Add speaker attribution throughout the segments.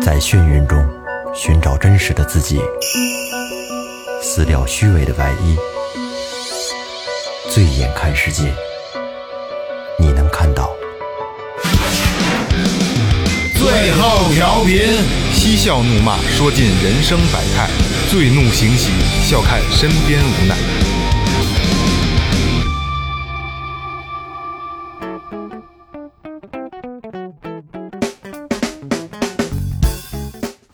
Speaker 1: 在眩晕中寻找真实的自己，撕掉虚伪的外衣，醉眼看世界，你能看到。
Speaker 2: 最后调频，
Speaker 3: 嬉笑怒骂，说尽人生百态；醉怒行喜，笑看身边无奈。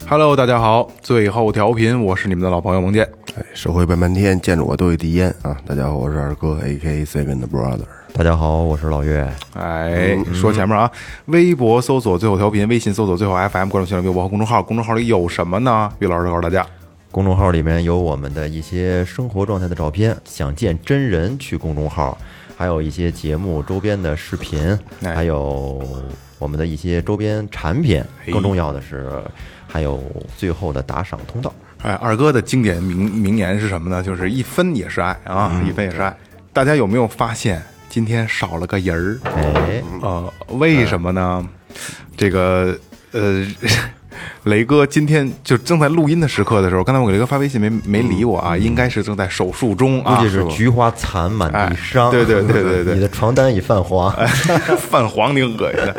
Speaker 3: Hello，大家好，最后调频，我是你们的老朋友蒙健。
Speaker 4: 哎，社会半半天，见着我都一递烟啊！大家好，我是二哥，A K Seven 的 Brother。
Speaker 1: 大家好，我是老岳。
Speaker 3: 哎，说前面啊，微博搜索最后调频，微信搜索最后 FM，关注新浪微博和公众号。公众号里有什么呢？岳老师告诉大家，
Speaker 1: 公众号里面有我们的一些生活状态的照片，想见真人去公众号，还有一些节目周边的视频，
Speaker 3: 哎
Speaker 1: 还有我们的一些周边产品。
Speaker 3: 嘿
Speaker 1: 更重要的是，还有最后的打赏通道。
Speaker 3: 哎，二哥的经典名名言是什么呢？就是一分也是爱啊，
Speaker 1: 嗯
Speaker 3: 一分也是爱。大家有没有发现今天少了个人儿？
Speaker 1: 哎，
Speaker 3: 呃，为什么呢？这个呃， 雷哥今天就正在录音的时刻的时候，刚才我给雷哥发微信没没理我啊，应该是正在手术中啊，
Speaker 1: 嗯估计是
Speaker 3: 吧
Speaker 1: 菊花残满地伤。
Speaker 3: 哎对对对对 对哎
Speaker 1: 你的床单已泛黄。
Speaker 3: 泛黄挺恶心的。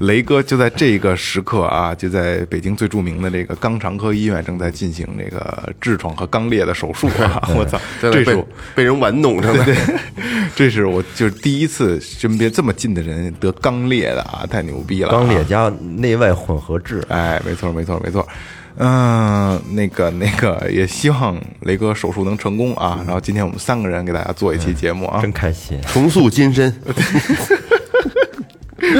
Speaker 3: 雷哥就在这个时刻啊，就在北京最著名的这个肛肠科医院正在进行这个痔疮和肛裂的手术 啊！我操，
Speaker 4: 在那
Speaker 3: 这是
Speaker 4: 被
Speaker 3: 我
Speaker 4: 被人玩弄着 呢，
Speaker 3: 这是我就是第一次身边这么近的人得肛裂的啊，太牛逼了、啊！
Speaker 1: 肛裂加内外混合制，
Speaker 3: 哎，没错，没错，没错。嗯、那个，那个，也希望雷哥手术能成功啊。然后今天我们三个人给大家做一期节目啊，
Speaker 1: 真开心。
Speaker 4: 重塑金身。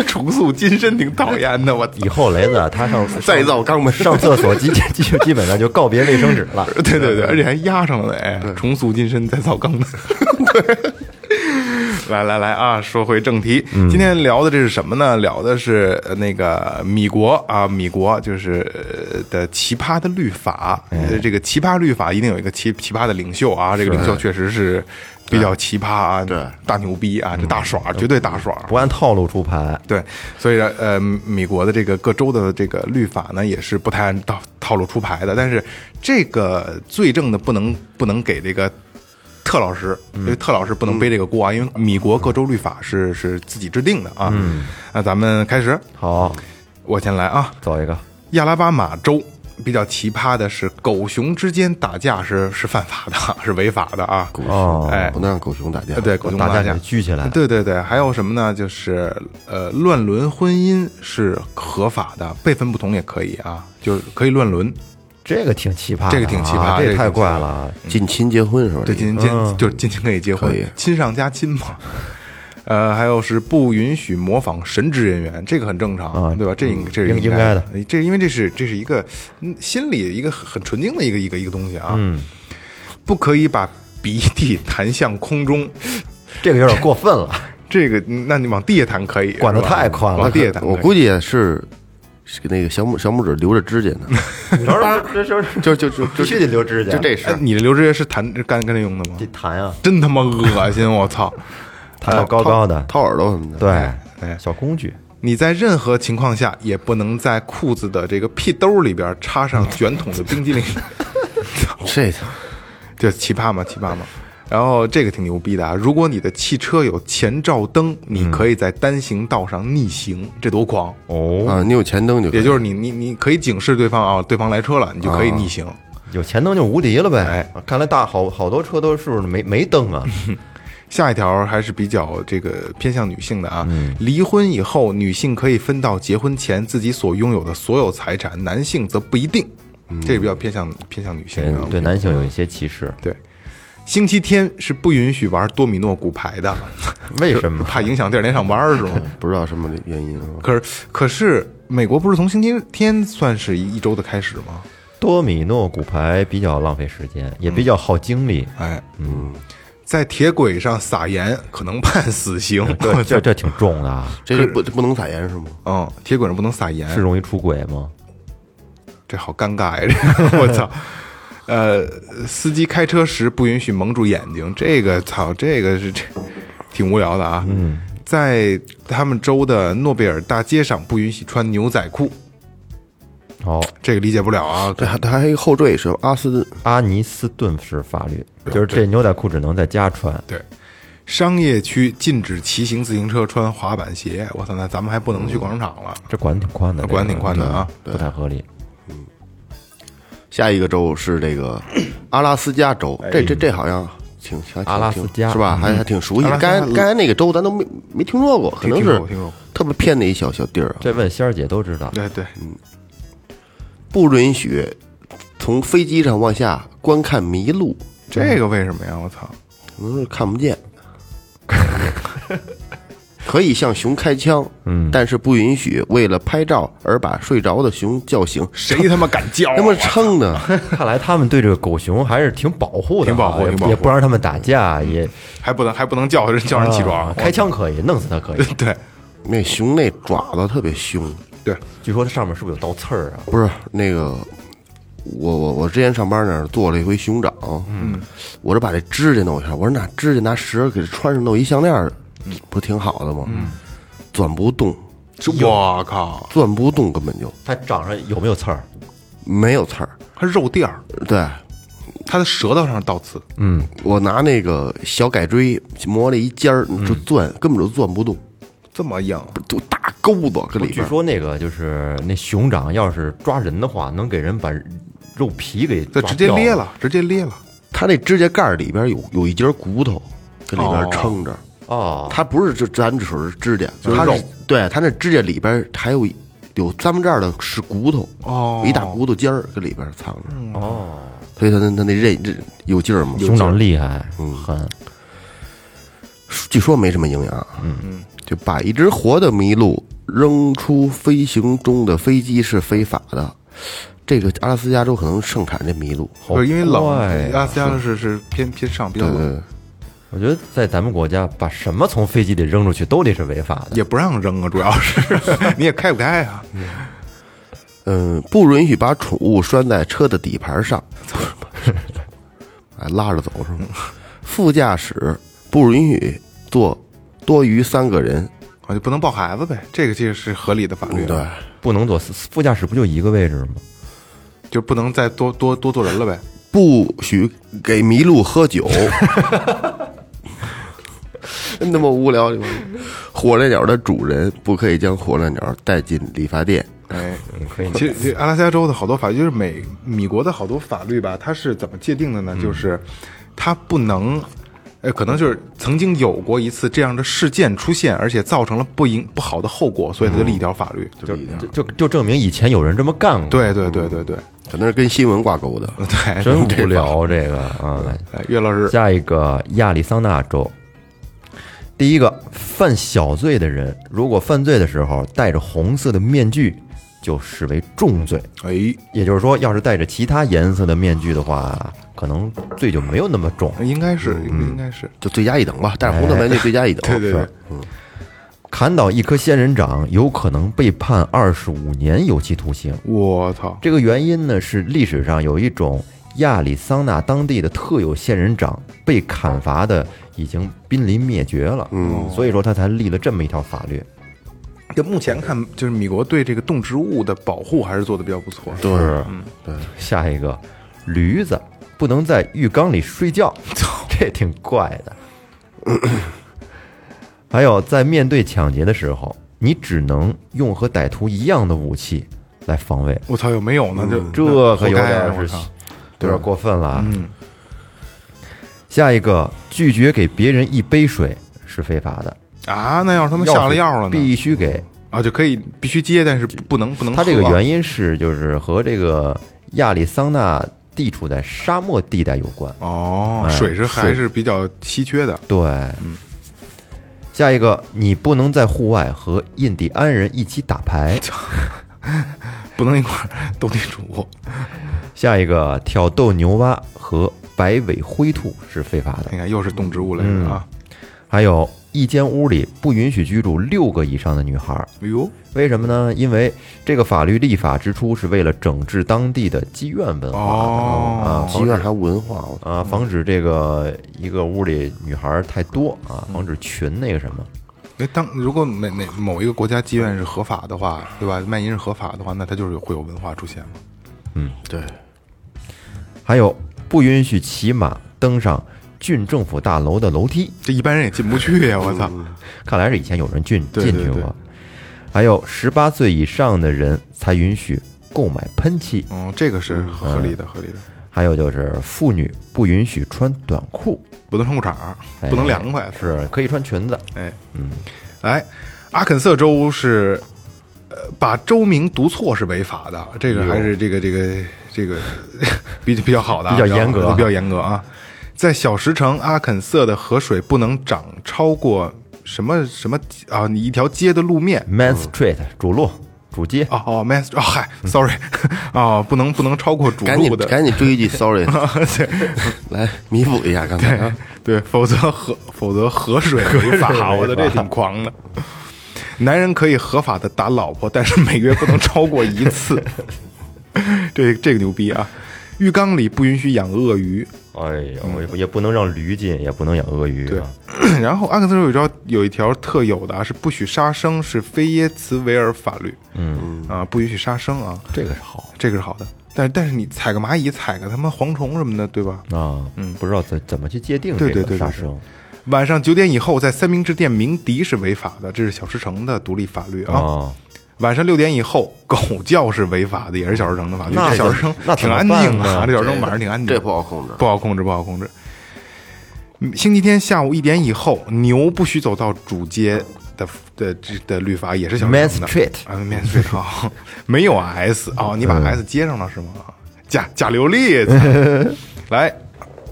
Speaker 3: 重塑金身挺讨厌的，我操
Speaker 1: 以后雷子啊，他上
Speaker 4: 再造肛门
Speaker 1: 上厕所基基基本上就告别卫生纸了。
Speaker 3: 对对对，而且还压上了哎，重塑金身再造钢的。 来来来啊，说回正题，今天聊的这是什么呢？聊的是呃那个米国啊，米国就是呃的奇葩的律法。呃这个奇葩律法一定有一个奇奇葩的领袖啊，这个领袖确实是比较奇葩啊，
Speaker 4: 对
Speaker 3: 大牛逼啊，这大耍，绝对大耍。
Speaker 1: 不按套路出牌，
Speaker 3: 对，所以呢，呃，美国的这个各州的这个律法呢，也是不太按套套路出牌的。但是这个罪证呢，不能不能给这个特老师，因为特老师不能背这个锅啊，因为米国各州律法是是自己制定的啊。嗯，那咱们开始，
Speaker 1: 好，
Speaker 3: 我先来啊。
Speaker 1: 走一个。
Speaker 3: 亚拉巴马州比较奇葩的是，狗熊之间打架是是犯法的，是违法的啊。
Speaker 1: 哦，
Speaker 3: 哎
Speaker 4: 不能让狗熊打架。
Speaker 3: 对，狗熊
Speaker 1: 大
Speaker 3: 打
Speaker 1: 家给聚起来。
Speaker 3: 对对对，还有什么呢？就是呃，乱伦婚姻是合法的，辈分不同也可以啊，就是可以乱伦。
Speaker 1: 这个挺奇葩的啊，
Speaker 3: 这个挺奇葩
Speaker 1: 这
Speaker 3: 这
Speaker 1: 个
Speaker 3: 个
Speaker 1: 太
Speaker 3: 挺奇葩
Speaker 1: 怪了啊。
Speaker 4: 近亲结婚是吧？
Speaker 3: 对，近亲
Speaker 1: 嗯
Speaker 3: 结就是近亲可以结婚
Speaker 4: 可以，
Speaker 3: 亲上加亲嘛。呃，还有是不允许模仿神职人员，这个很正常，
Speaker 1: 啊
Speaker 3: 对吧？这应这是
Speaker 1: 应
Speaker 3: 应
Speaker 1: 应该
Speaker 3: 的
Speaker 1: 的，
Speaker 3: 这因为这是这是一个嗯心理一个很很纯净的一个一个一个东西啊。
Speaker 1: 嗯，
Speaker 3: 不可以把鼻涕弹向空中，
Speaker 1: 这个有点过分了。
Speaker 3: 这个嗯那你往地下弹可以，
Speaker 1: 管得
Speaker 3: 是吧
Speaker 1: 太宽了
Speaker 3: 往地下弹可以。
Speaker 4: 我估计也是是那个小拇小拇指留着指甲呢，
Speaker 1: 这这这
Speaker 4: 就就就
Speaker 1: 必
Speaker 4: 就
Speaker 1: 须得留指甲，
Speaker 4: 就这事
Speaker 3: 哎
Speaker 4: 儿。
Speaker 3: 你这留指甲是弹是干干这用的吗
Speaker 1: 得？弹啊，
Speaker 3: 真他妈恶心！我操！
Speaker 1: 弹到高高的。
Speaker 4: 掏耳朵什么的，
Speaker 1: 对
Speaker 3: 哎，
Speaker 1: 小工具。
Speaker 3: 你在任何情况下也不能在裤子的这个屁兜里边插上卷筒的冰激 凌，
Speaker 4: 这
Speaker 3: 就奇葩嘛，奇葩嘛。然后这个挺牛逼的啊！如果你的汽车有前照灯，你可以在单行道上逆行，这多狂！
Speaker 1: 哦，
Speaker 4: 啊，你有前灯就可以
Speaker 3: 也就是你你你可以警示对方啊，对方来车了，你就可以逆行。
Speaker 1: 有前灯就无敌了呗。
Speaker 3: 哎
Speaker 1: 看来大好好多车都是没没灯 啊。
Speaker 3: 下一条还是比较这个偏向女性的啊。
Speaker 1: 嗯
Speaker 3: 离婚以后，女性可以分到结婚前自己所拥有的所有财产，男性则不一定。这个比较偏向偏向女性
Speaker 1: 对
Speaker 3: 啊。
Speaker 1: 嗯对，男性有一些歧视，
Speaker 3: 对，星期天是不允许玩多米诺骨牌的，
Speaker 1: 为什么？
Speaker 3: 怕影响第二天上班儿是吗？
Speaker 1: 嗯
Speaker 4: 不知道什么原因啊是吧？
Speaker 3: 可是可是美国不是从星期天算是一周的开始吗？
Speaker 1: 多米诺骨牌比较浪费时间，也比较耗精力。
Speaker 3: 哎，嗯，在铁轨上撒盐可能判死刑。
Speaker 1: 这这这挺重的，啊，
Speaker 4: 这就不不能撒盐是吗？
Speaker 3: 嗯，铁轨上不能撒盐，
Speaker 1: 是容易出轨吗？
Speaker 3: 这好尴尬呀！这个我 操，呃，司机开车时不允许蒙住眼睛，这个操，这个是这挺无聊的啊。嗯，在他们州的诺贝尔大街上不允许穿牛仔裤，
Speaker 1: 哦，
Speaker 3: 这个理解不了 啊。
Speaker 4: 这还它还有一个后缀是阿斯顿，
Speaker 1: 阿尼斯顿式法律，就是这牛仔裤只能在家穿。
Speaker 3: 对，商业区禁止骑行自行车穿滑板鞋。我操，那咱们还不能去广场了，
Speaker 1: 这管挺宽的，
Speaker 3: 管挺宽的啊。
Speaker 1: 这个，不太合理。
Speaker 4: 下一个州是这 个阿拉斯加州，
Speaker 3: 哎
Speaker 4: 这这这好像挺还挺
Speaker 1: 阿拉斯
Speaker 4: 挺
Speaker 1: 加
Speaker 4: 是吧？还还挺熟悉
Speaker 3: 嗯阿
Speaker 4: 的。
Speaker 3: 拉斯
Speaker 4: 刚
Speaker 3: 加嗯
Speaker 4: 才刚才那个州咱都没没听说过，可能
Speaker 3: 听说
Speaker 4: 是
Speaker 3: 过听说过
Speaker 4: 特别偏的一小小地儿啊。
Speaker 1: 这问仙儿姐都知道，
Speaker 3: 对对，
Speaker 4: 不允许从飞机上往下观看麋鹿，
Speaker 3: 这个为什么呀？我操，
Speaker 4: 可能是看不见。可以向熊开枪，嗯，但是不允许为了拍照而把睡着的熊叫醒，
Speaker 3: 谁他妈敢叫啊？
Speaker 4: 那么撑的。
Speaker 1: 看来他们对这个狗熊还是挺保护的啊，
Speaker 3: 挺保护
Speaker 1: 也
Speaker 3: 挺保护
Speaker 1: 也不让他们打架，也
Speaker 3: 还不能还不能叫人叫人起床
Speaker 1: 啊，开枪可以，弄死它可以。
Speaker 3: 对
Speaker 4: 那熊那爪子特别凶，
Speaker 3: 对，
Speaker 1: 据说它上面是不是有倒刺儿啊？
Speaker 4: 不是那个，我我我之前上班那儿做了一回熊掌，嗯，我这把这指甲弄一下，我说拿指甲拿石头给它穿上弄一项链儿，不挺好的吗？嗯，钻不动，
Speaker 3: 我靠，
Speaker 4: 钻不动，根本就
Speaker 1: 它掌上有没有刺儿？
Speaker 4: 没有刺儿。
Speaker 3: 它肉垫儿，
Speaker 4: 对
Speaker 3: 它的舌头上倒刺，嗯
Speaker 4: 我拿那个小改锥磨了一尖儿，就钻，根本就钻不动，
Speaker 3: 这么硬，
Speaker 4: 就大钩子搁里
Speaker 1: 据
Speaker 4: 边儿。
Speaker 1: 说那个就是那熊掌要是抓人的话，能给人把肉皮给
Speaker 3: 这
Speaker 1: 抓
Speaker 3: 直接
Speaker 1: 掉
Speaker 3: 裂。了，直接裂了。
Speaker 4: 它那指甲盖儿里边儿有有一节骨头，搁里边儿撑着。
Speaker 1: 哦，
Speaker 4: 它不是就咱只是指甲，
Speaker 3: 是
Speaker 4: 它
Speaker 3: 肉
Speaker 4: 是对它那指甲里边儿还有一有三分之二的是骨头，
Speaker 3: 哦
Speaker 4: 有一大骨头尖儿搁里边儿藏着，啊
Speaker 1: 哦，
Speaker 4: 所以它那它那韧韧有劲儿嘛。
Speaker 1: 熊掌厉害，
Speaker 3: 嗯
Speaker 1: 狠。
Speaker 4: 据说没什么营养，嗯，就把一只活的麋鹿扔出飞行中的飞机是非法的。这个阿拉斯加州可能盛产这麋鹿，
Speaker 1: 好
Speaker 3: 不是因为冷，
Speaker 1: 怪
Speaker 3: 阿
Speaker 1: 呀
Speaker 3: 拉斯加是是偏偏上比较冷，
Speaker 4: 呃，
Speaker 1: 我觉得在咱们国家，把什么从飞机里扔出去都得是违法的。
Speaker 3: 也不让扔啊，主要是 你也开不开啊。
Speaker 4: 嗯，不允许把宠物拴在车的底盘上， 哎，拉着走是吗？副驾驶不允许坐多于三个人，
Speaker 3: 啊，就不能抱孩子呗，这个这个是合理的法律，
Speaker 4: 嗯对，，
Speaker 1: 不能坐副驾驶，不就一个位置吗？
Speaker 3: 就不能再多多多坐人了呗。
Speaker 4: 不许给麋鹿喝酒， 真他妈无聊！这帮人火烈鸟的主人不可以将火烈鸟带进理发店，
Speaker 3: 哎，
Speaker 1: 嗯可以。
Speaker 3: 其实其实阿拉斯加州的好多法律，就是美米国的好多法律吧，它是怎么界定的
Speaker 1: 嗯
Speaker 3: 呢？就是它不能，呃，可能就是曾经有过一次这样的事件出现，而且造成了不应不好的后果，所以它就立一条法律。就
Speaker 1: 嗯就就就证明以前有人这么干过，，
Speaker 3: 对对对对对
Speaker 4: 可能是跟新闻挂钩的。
Speaker 1: 嗯
Speaker 3: 对，
Speaker 1: 真无聊这个啊。来
Speaker 3: 哎，岳老师，
Speaker 1: 下一个亚利桑那州，第一个犯小罪的人，如果犯罪的时候戴着红色的面具，就视为重罪。
Speaker 3: 哎，
Speaker 1: 也就是说，要是戴着其他颜色的面具的话，可能罪就没有那么重。
Speaker 3: 哎应该是
Speaker 1: 嗯
Speaker 3: 应该是，
Speaker 4: 就最佳一等吧，但是红色门就最佳一等。
Speaker 3: 哎对对对，
Speaker 1: 砍倒一棵仙人掌，有可能被判二十五年有期徒刑。
Speaker 3: 我操，
Speaker 1: 这个原因呢是历史上有一种亚利桑那当地的特有仙人掌被砍伐的已经濒临灭绝了，嗯，所以说他才立了这么一条法律。
Speaker 3: 就目前看，就是米国对这个动植物的保护还是做的比较不错。对，
Speaker 1: 是，嗯下一个，驴子不能在浴缸里睡 觉，这挺怪的。 还有，在面对抢劫的时候，你只能用和歹徒一样的武器来防卫，
Speaker 3: 我操，有没有呢？就
Speaker 1: 嗯这可有点儿
Speaker 3: 啊我
Speaker 1: 是
Speaker 3: 操，
Speaker 1: 有点儿过分了啊。
Speaker 3: 嗯，
Speaker 1: 下一个，拒绝给别人一杯水是非法的，
Speaker 3: 啊，那要是他们下了药了呢？
Speaker 1: 必须给。
Speaker 3: 啊，就可以必须接，但是不能嗯不能喝。
Speaker 1: 它这个原因是就是和这个亚利桑那地处在沙漠地带有关。
Speaker 3: 哦，
Speaker 1: 哎
Speaker 3: 水是还
Speaker 1: 水
Speaker 3: 是比较稀缺的。
Speaker 1: 对，下一个，你不能在户外和印第安人一起打 牌。
Speaker 3: 不能一块儿 斗地主。
Speaker 1: 下一个，挑逗牛蛙和白尾灰兔是非法的。
Speaker 3: 你看，又是动植物类的啊！
Speaker 1: 嗯还有一间屋里不允许居住六个以上的女孩，
Speaker 3: 哎呦，
Speaker 1: 为什么呢？因为这个法律立法之初是为了整治当地的妓院文化
Speaker 3: 哦
Speaker 1: 啊，
Speaker 4: 妓院还有文化，我
Speaker 1: 啊，
Speaker 3: 嗯
Speaker 1: 防止这个一个屋里女孩儿太多啊，防止群那个什么。
Speaker 3: 那当如果每哪某一个国家妓院是合法的话，对吧？卖淫是合法的话，那它就是有会有文化出现嘛。
Speaker 4: 对，
Speaker 1: 还有不允许骑马登上郡政府大楼的楼梯，
Speaker 3: 这一般人也进不去呀！我操，
Speaker 1: 看来是以前有人进
Speaker 3: 对
Speaker 1: 进
Speaker 3: 对
Speaker 1: 去
Speaker 3: 对
Speaker 1: 过。还有十八岁以上的人才允许购买喷漆，
Speaker 3: 嗯，这个是合理
Speaker 1: 嗯
Speaker 3: 的，合理的，
Speaker 1: 还有就是妇女不允许穿短裤，
Speaker 3: 不能穿裤衩儿，不能
Speaker 1: 哎
Speaker 3: 凉快，
Speaker 1: 是可以穿裙子。
Speaker 3: 哎，嗯，哎，阿肯色州是，呃，把州名读错是违法的，这个还是这个这个这个比比较好的啊、
Speaker 1: 比较严格
Speaker 3: 比较严格啊。在小石城阿肯色的河水不能涨超过什么什么啊？你一条街的路面
Speaker 1: Main Street 主路主街，
Speaker 3: 哦哦 m a s t 哦嗨，sorry，哦 不能不能超过主
Speaker 4: 赶紧
Speaker 3: 路的，
Speaker 4: 赶紧追一句 sorry，
Speaker 3: 对
Speaker 4: 来弥补一下刚才啊。
Speaker 3: 对，否则河否则河水违法，我的这挺狂的。男人可以合法的打老婆，但是每个月不能超过一次。 这这个牛逼啊！浴缸里不允许养鳄鱼。
Speaker 1: 哎呀，我
Speaker 3: 嗯
Speaker 1: 也不也不能让驴进，也不能养鳄鱼啊。
Speaker 3: 然后阿克斯有一条有一条特有的啊，是不许杀生，是菲耶茨维尔法律。嗯啊，不允许杀生啊，
Speaker 1: 这个是好
Speaker 3: 这个是好的。但但是你踩个蚂蚁，踩个他妈蝗虫什么的，对吧？
Speaker 1: 啊，嗯，不知道怎怎么去界定
Speaker 3: 对
Speaker 1: 这
Speaker 3: 对对
Speaker 1: 个
Speaker 3: 对
Speaker 1: 杀
Speaker 3: 对
Speaker 1: 生。
Speaker 3: 晚上九点以后在三明治店鸣笛是违法的，这是小石城的独立法律啊。
Speaker 1: 哦
Speaker 3: 晚上六点以后，狗叫是违法的，也是小时城的法律。
Speaker 1: 那怎
Speaker 3: 这小时城
Speaker 1: 那怎
Speaker 3: 挺
Speaker 1: 么
Speaker 3: 安静
Speaker 1: 办
Speaker 3: 啊，
Speaker 1: 呢
Speaker 3: 这小时城晚上挺安静，
Speaker 4: 这不好控制
Speaker 3: 不好控制，不好控制。嗯星期天下午一点以后，牛不许走到主街的的这的律法也是小时
Speaker 1: Main
Speaker 3: 城的。
Speaker 1: Street 嗯
Speaker 3: 啊，Main Street 啊， 没有 S 哦，你把 S 接上了是吗？假假流利， 来，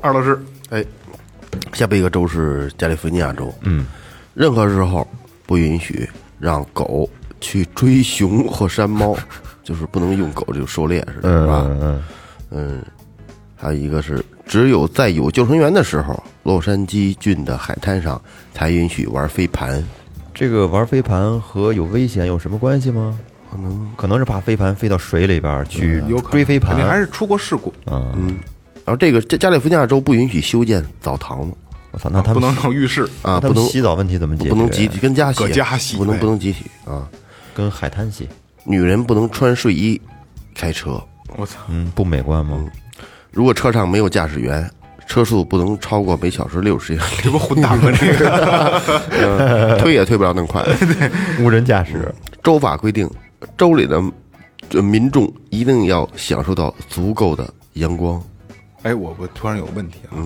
Speaker 3: 二老师，
Speaker 4: 哎，下边一个州是加利福尼亚州，嗯，任何时候不允许让狗去追熊或 山猫，就是不能用狗这个狩猎似的，是吧？
Speaker 1: 嗯嗯，
Speaker 4: 还有一个是，只有在有救生员的时候，洛杉矶郡的海滩上才允许玩飞盘。
Speaker 1: 这个玩飞盘和有危险有什么关系吗？可能可能是怕飞盘飞到水里边儿去
Speaker 3: 嗯有可能
Speaker 1: 追飞
Speaker 3: 肯定还
Speaker 1: 盘，
Speaker 3: 是出过事故，
Speaker 4: 然后这个加加利福尼亚州不允许修建澡堂子
Speaker 1: 我操，那他
Speaker 3: 不
Speaker 1: 们
Speaker 3: 能让浴室
Speaker 4: 啊，
Speaker 1: 那他
Speaker 4: 不
Speaker 1: 们
Speaker 4: 能
Speaker 1: 洗澡问题怎么解决？
Speaker 4: 不能集体跟家洗，
Speaker 3: 搁家洗
Speaker 4: 不能
Speaker 3: 呗
Speaker 4: 不能集体啊。
Speaker 1: 跟海滩洗，
Speaker 4: 女人不能穿睡衣开车，
Speaker 3: 我操，
Speaker 1: 嗯，不美观吗？
Speaker 4: 如果车上没有驾驶员，车速不能超过每小时六十英 里，
Speaker 3: 这不混蛋吗？这个。
Speaker 4: 推也推不了那么快。
Speaker 1: 无人驾驶，
Speaker 3: 嗯
Speaker 4: 州法规定，州里的呃民众一定要享受到足够的阳光。
Speaker 3: 哎，我我突然有个问题啊，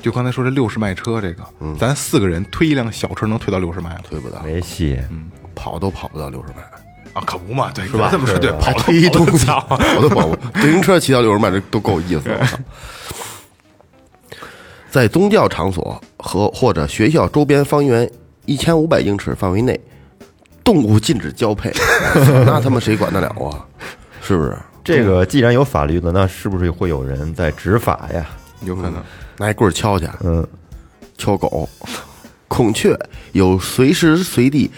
Speaker 3: 就刚才说这六十迈车这个，咱四个人推一辆小车能推到六十迈吗？
Speaker 4: 对不到，
Speaker 1: 没戏。
Speaker 3: 嗯
Speaker 4: 跑都跑不到六十迈，
Speaker 3: 啊，可不嘛，对，是啊吧？这么说对，跑
Speaker 4: 还
Speaker 3: 了
Speaker 4: 推一
Speaker 3: 跑
Speaker 4: 动
Speaker 3: 了
Speaker 4: 西，
Speaker 3: 操
Speaker 4: 跑都跑不，自行车骑到六十迈这都够意 思了。我操在宗教场所和或者学校周边方圆一千五百英尺范围内，动物禁止交配，那他妈谁管得了啊？是不是？
Speaker 1: 这个既然有法律了，那是不是会有人在执法呀？
Speaker 3: 有可能
Speaker 4: 拿一棍儿敲去，
Speaker 1: 嗯，
Speaker 4: 敲狗。孔雀有随时随地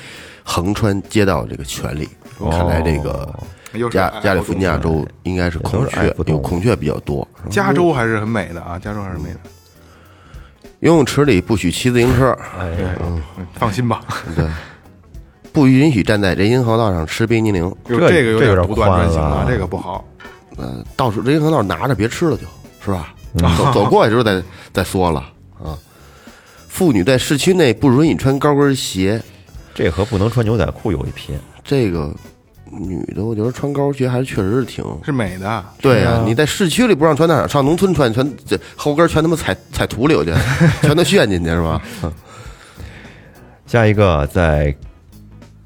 Speaker 4: 横穿街道这个权利。
Speaker 1: 哦
Speaker 4: 看来这个
Speaker 3: 又是
Speaker 4: 加
Speaker 3: 爱好
Speaker 4: 加利福尼亚州应该是孔
Speaker 1: 也都是爱
Speaker 4: 雀
Speaker 1: 护，动
Speaker 4: 有
Speaker 1: 物
Speaker 4: 孔雀比较多。
Speaker 3: 加州还是很美的啊，加州还是美的，
Speaker 4: 游泳池里不许骑自行车，
Speaker 3: 嗯放心吧，
Speaker 4: 对，不允许站在人行横道上吃冰激凌。
Speaker 3: 这
Speaker 1: 这
Speaker 3: 这个有
Speaker 1: 这有点
Speaker 3: 独断专行
Speaker 1: 宽
Speaker 3: 了，啊
Speaker 1: 了
Speaker 3: 这个不好。
Speaker 4: 呃，到时候人行横道拿着别吃了就，是吧？
Speaker 1: 嗯
Speaker 4: 走走过去之后再再说了啊。妇女在市区内不允许穿高跟鞋，
Speaker 1: 这和不能穿牛仔裤有一拼。
Speaker 4: 这个女的，我觉得穿高跟鞋还是确实是挺。
Speaker 3: 是美的，
Speaker 4: 对
Speaker 1: 啊
Speaker 4: 呀、你在市区里不让穿那，上农村穿全这后跟全他妈踩踩土里头去， 全都陷进去是吧？
Speaker 1: 哎
Speaker 4: 嗯
Speaker 1: 下一个在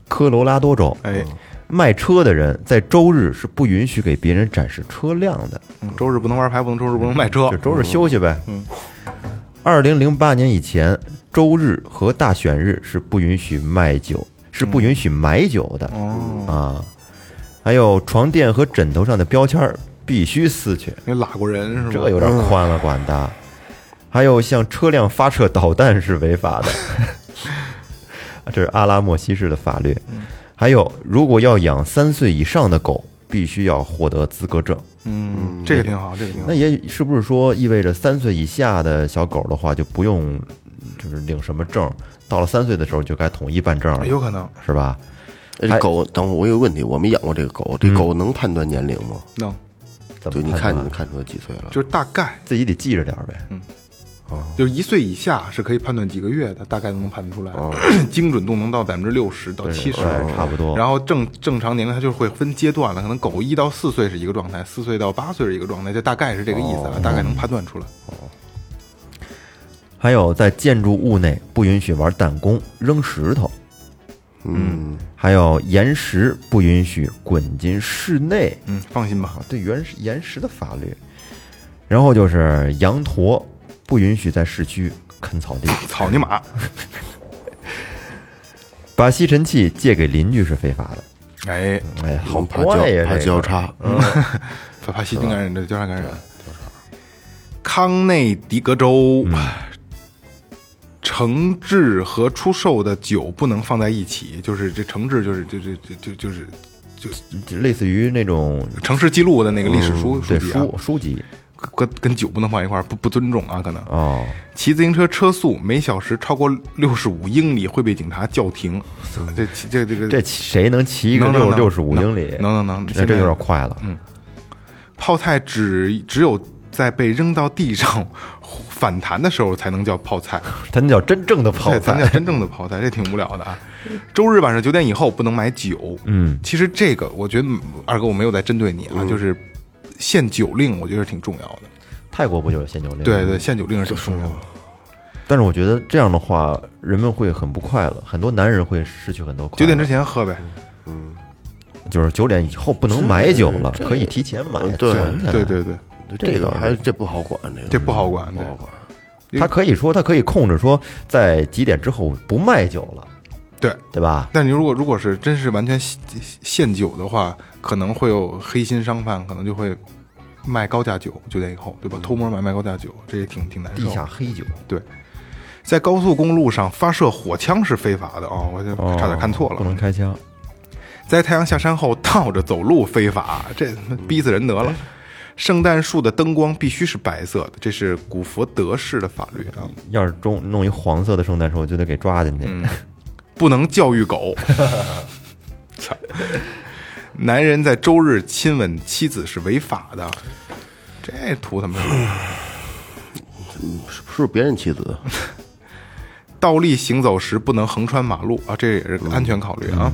Speaker 1: 科罗拉多州，
Speaker 3: 哎，
Speaker 1: 卖车的人在周日是不允许给别人展示车辆的，
Speaker 3: 嗯周日不能玩牌，不能周日不能卖车
Speaker 1: 就，周日休息呗。嗯。二零零八年以前，周日和大选日是不允许卖酒，是不允许买酒的、啊。还有床垫和枕头上的标签儿必须撕去，
Speaker 3: 因为拉过人是吧？嗯
Speaker 1: 这有点宽了，管他。还有像车辆发射导弹是违法的，这是阿拉莫西市的法律。还有，如果要养三岁以上的狗，必须要获得资格证。
Speaker 3: 嗯，这个挺好，这个挺好
Speaker 1: 那。也是不是说意味着三岁以下的小狗的话就不用就是领什么证，到了三岁的时候就该统一办证了，
Speaker 3: 有可能
Speaker 1: 是吧？
Speaker 4: 哎这狗，等会儿我有个问题，我没养过这个狗，这狗能判断年龄吗？
Speaker 3: 能，
Speaker 1: 嗯怎
Speaker 4: 就
Speaker 1: 么
Speaker 4: 你
Speaker 1: 判
Speaker 4: 看
Speaker 1: 断
Speaker 4: 你看出来几岁了？
Speaker 3: 就是大概
Speaker 1: 自己得记着点儿呗。
Speaker 3: 就是一岁以下是可以判断几个月的，大概都能判断出来， 精准度能到百分之六十到七十，
Speaker 1: 哦哎差不多
Speaker 3: 然后正正常年龄它就会分阶段了，可能狗一到四岁是一个状态，四岁到八岁是一个状态，就大概是这个意
Speaker 1: 哦
Speaker 3: 思啊，大概能判断出来。
Speaker 1: 还有在建筑物内不允许玩弹弓、扔石头，
Speaker 4: 嗯，
Speaker 1: 还有岩石不允许滚进室内
Speaker 3: 嗯，放心吧
Speaker 1: 啊，，对原石岩石的法律。然后就是羊驼不允许在市区啃草地，
Speaker 3: 草泥马，
Speaker 1: 嗯把吸尘器借给邻居是非法的。
Speaker 3: 哎，
Speaker 1: 哎，好
Speaker 4: 怕
Speaker 1: 怪
Speaker 4: 交
Speaker 1: 呀，
Speaker 4: 怕
Speaker 1: 这
Speaker 4: 交
Speaker 1: 个
Speaker 4: 叉，
Speaker 3: 怕怕细菌感染，这交叉感染。康内狄格州，
Speaker 1: 嗯
Speaker 3: 承制和出售的酒不能放在一起，就是这承制就是就就就就就是
Speaker 1: 就类似于那种
Speaker 3: 城市记录的那个历史书、
Speaker 1: 嗯对
Speaker 3: 籍啊
Speaker 1: 书，书籍
Speaker 3: 跟跟酒不能放一块儿，不不尊重啊，可能。
Speaker 1: 哦，
Speaker 3: 骑自行车车速每小时超过六十五英里会被警察叫停，这骑这这个
Speaker 1: 嗯这谁能骑一个
Speaker 3: 能能
Speaker 1: 六
Speaker 3: 能
Speaker 1: 六十五英里？
Speaker 3: 能能能
Speaker 1: 这
Speaker 3: 现
Speaker 1: 这
Speaker 3: 在嗯
Speaker 1: 有点快了。
Speaker 3: 泡菜只只有在被扔到地上 反弹的时候才能叫泡菜，
Speaker 1: 它那叫真正的泡
Speaker 3: 对咱叫
Speaker 1: 菜，
Speaker 3: 真正的泡菜，这挺无聊的啊。周日晚上九点以后不能买酒，
Speaker 1: 嗯，
Speaker 3: 其实这个我觉得二哥我没有在针对你啊，就是限酒令，我觉得是挺重要的。
Speaker 1: 泰国不就是限酒令？
Speaker 3: 对对，限酒令是挺
Speaker 1: 哦
Speaker 3: 重要的。
Speaker 1: 但是我觉得这样的话，人们会很不快乐，很多男人会失去很多快乐。
Speaker 3: 九点之前喝呗，
Speaker 1: 就是九点以后不能买酒了，可以提前买，
Speaker 4: 对
Speaker 1: 存起来
Speaker 3: 嗯对。对对，
Speaker 4: 这个还这不好管，这个
Speaker 3: 这不好管，
Speaker 4: 不
Speaker 3: 对
Speaker 1: 哦
Speaker 4: 好管。
Speaker 1: 他可以说，他可以控制说，在几点之后不卖酒了，
Speaker 3: 对。
Speaker 1: 对吧？
Speaker 3: 但你如果如果是真是完全限限酒的话，可能会有黑心商贩，可能就会卖高价酒，九点以后，对吧？偷摸买卖高价酒，这也挺挺难受
Speaker 1: 嗯地
Speaker 3: 的。
Speaker 1: 下黑酒
Speaker 3: 对，在高速公路上发射火枪是非法的哦，我就差点看错了。
Speaker 1: 不能开枪。
Speaker 3: 在太阳下山后倒着走路非法，这逼死人得
Speaker 1: 哎
Speaker 3: 了。圣诞树的灯光必须是白色的，这是古佛德式的法律啊。
Speaker 1: 要是中弄一黄色的圣诞树，就得给抓进去。
Speaker 3: 嗯不能教育狗。操！男人在周日亲吻妻子是违法的，这图他妈什么！
Speaker 4: 是不是别人妻子？
Speaker 3: 倒立行走时不能横穿马路啊，这也是安全考虑
Speaker 1: 嗯
Speaker 3: 啊。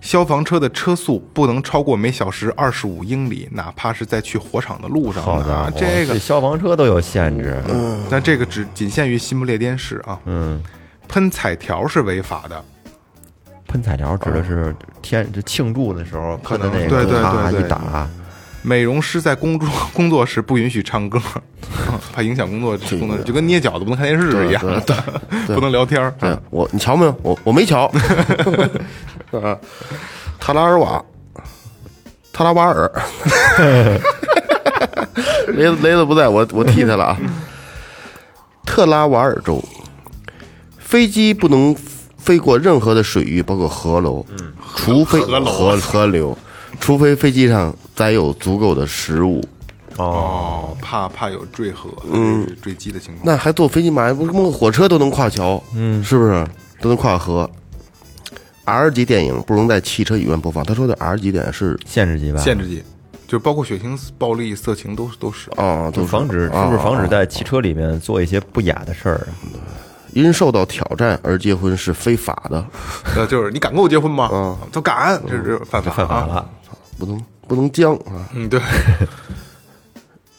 Speaker 3: 消防车的车速不能超过每小时二十五英里，哪怕是在去火场的路上
Speaker 1: 好
Speaker 3: 呢
Speaker 1: 家
Speaker 3: 啊
Speaker 1: 伙，，
Speaker 3: 这个嗯
Speaker 1: 消防车都有限制。
Speaker 3: 但这个只仅限于新不列颠市啊。
Speaker 1: 嗯，
Speaker 3: 喷彩条是违法的，
Speaker 1: 喷彩条指的是天就庆祝的时候
Speaker 3: 可
Speaker 1: 喷
Speaker 3: 能
Speaker 1: 的那
Speaker 3: 对
Speaker 1: 个，
Speaker 3: 对
Speaker 1: 啪
Speaker 3: 对对
Speaker 1: 一打，
Speaker 3: 美容师在工作 工作时不允许唱歌， 怕影响工作工作，就跟捏脚的不能看电视一样， 不能聊天儿。
Speaker 4: 对我，你瞧没有？我我没瞧。 啊，塔拉尔瓦，塔拉瓦尔，雷子雷子不在我我替他了啊。特拉瓦尔州，飞机不能飞过任何的水域，包括河流，
Speaker 3: 嗯
Speaker 4: 除非河河流，除非飞机上载有足够的食物。
Speaker 3: 哦，怕怕有坠河、嗯、坠机的情况。
Speaker 4: 那还坐飞机嘛？不是摸个火车都能跨桥，嗯，是不是都能跨河？R 级电影不能在汽车影院播放。他说的 R 级电影是
Speaker 1: 限制级吧？
Speaker 3: 限制级，就包括血腥、暴力、色情都都是。
Speaker 4: 啊，都
Speaker 1: 就是防止是
Speaker 4: 啊
Speaker 1: 不是防止在汽车里面做一些不雅的事儿啊？
Speaker 4: 因受到挑战而结婚是非法的，
Speaker 3: 呃， 就是你敢跟我结婚吗？都敢，这是犯法，
Speaker 1: 嗯犯法
Speaker 3: 啊。
Speaker 1: 了，
Speaker 4: 不能不能将啊。
Speaker 3: 嗯，对，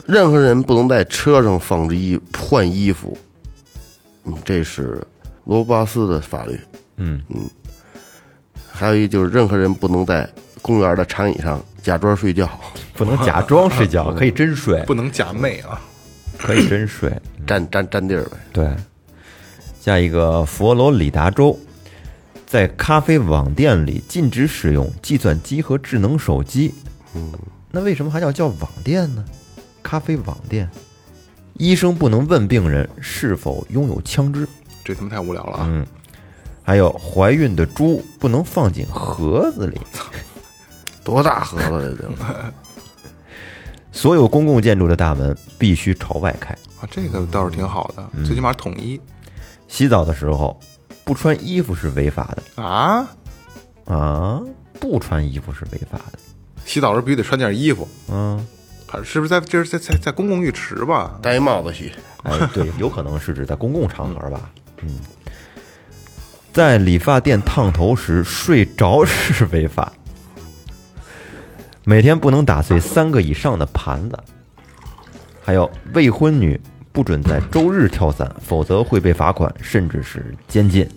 Speaker 4: 任何人不能在车上放着衣换衣服，嗯，这是罗巴斯的法律。
Speaker 1: 嗯
Speaker 4: 还有一就是任何人不能在公园的长椅上假装睡觉，
Speaker 1: 不能假装睡觉，可以真睡，
Speaker 3: 不能假寐啊。
Speaker 1: 可以真睡。
Speaker 4: 占占占地儿呗。
Speaker 1: 对，下一个佛罗里达州，在咖啡网店里禁止使用计算机和智能手机。那为什么还要叫网店呢？咖啡网店，医生不能问病人是否拥有枪支。
Speaker 3: 这他妈太无聊了啊！
Speaker 1: 嗯，还有怀孕的猪不能放进盒子里。
Speaker 4: 多大盒子这得？
Speaker 1: 所有公共建筑的大门必须朝外开。嗯
Speaker 3: 啊，这个倒是挺好的，最起码统一。
Speaker 1: 洗澡的时候不穿衣服是违法
Speaker 3: 啊，
Speaker 1: 的啊，不穿衣服是违法 的。
Speaker 3: 洗澡时候必须得穿件衣服，
Speaker 1: 嗯，
Speaker 3: 还是是不是在这是在在在公共浴池吧？
Speaker 4: 戴一帽子洗，
Speaker 1: 哎，对，有可能是指在公共场合吧。嗯，在理发店烫头时睡着是违法。每天不能打碎三个以上的盘子。还有未婚女不准在周日跳伞，否则会被罚款，甚至是监禁。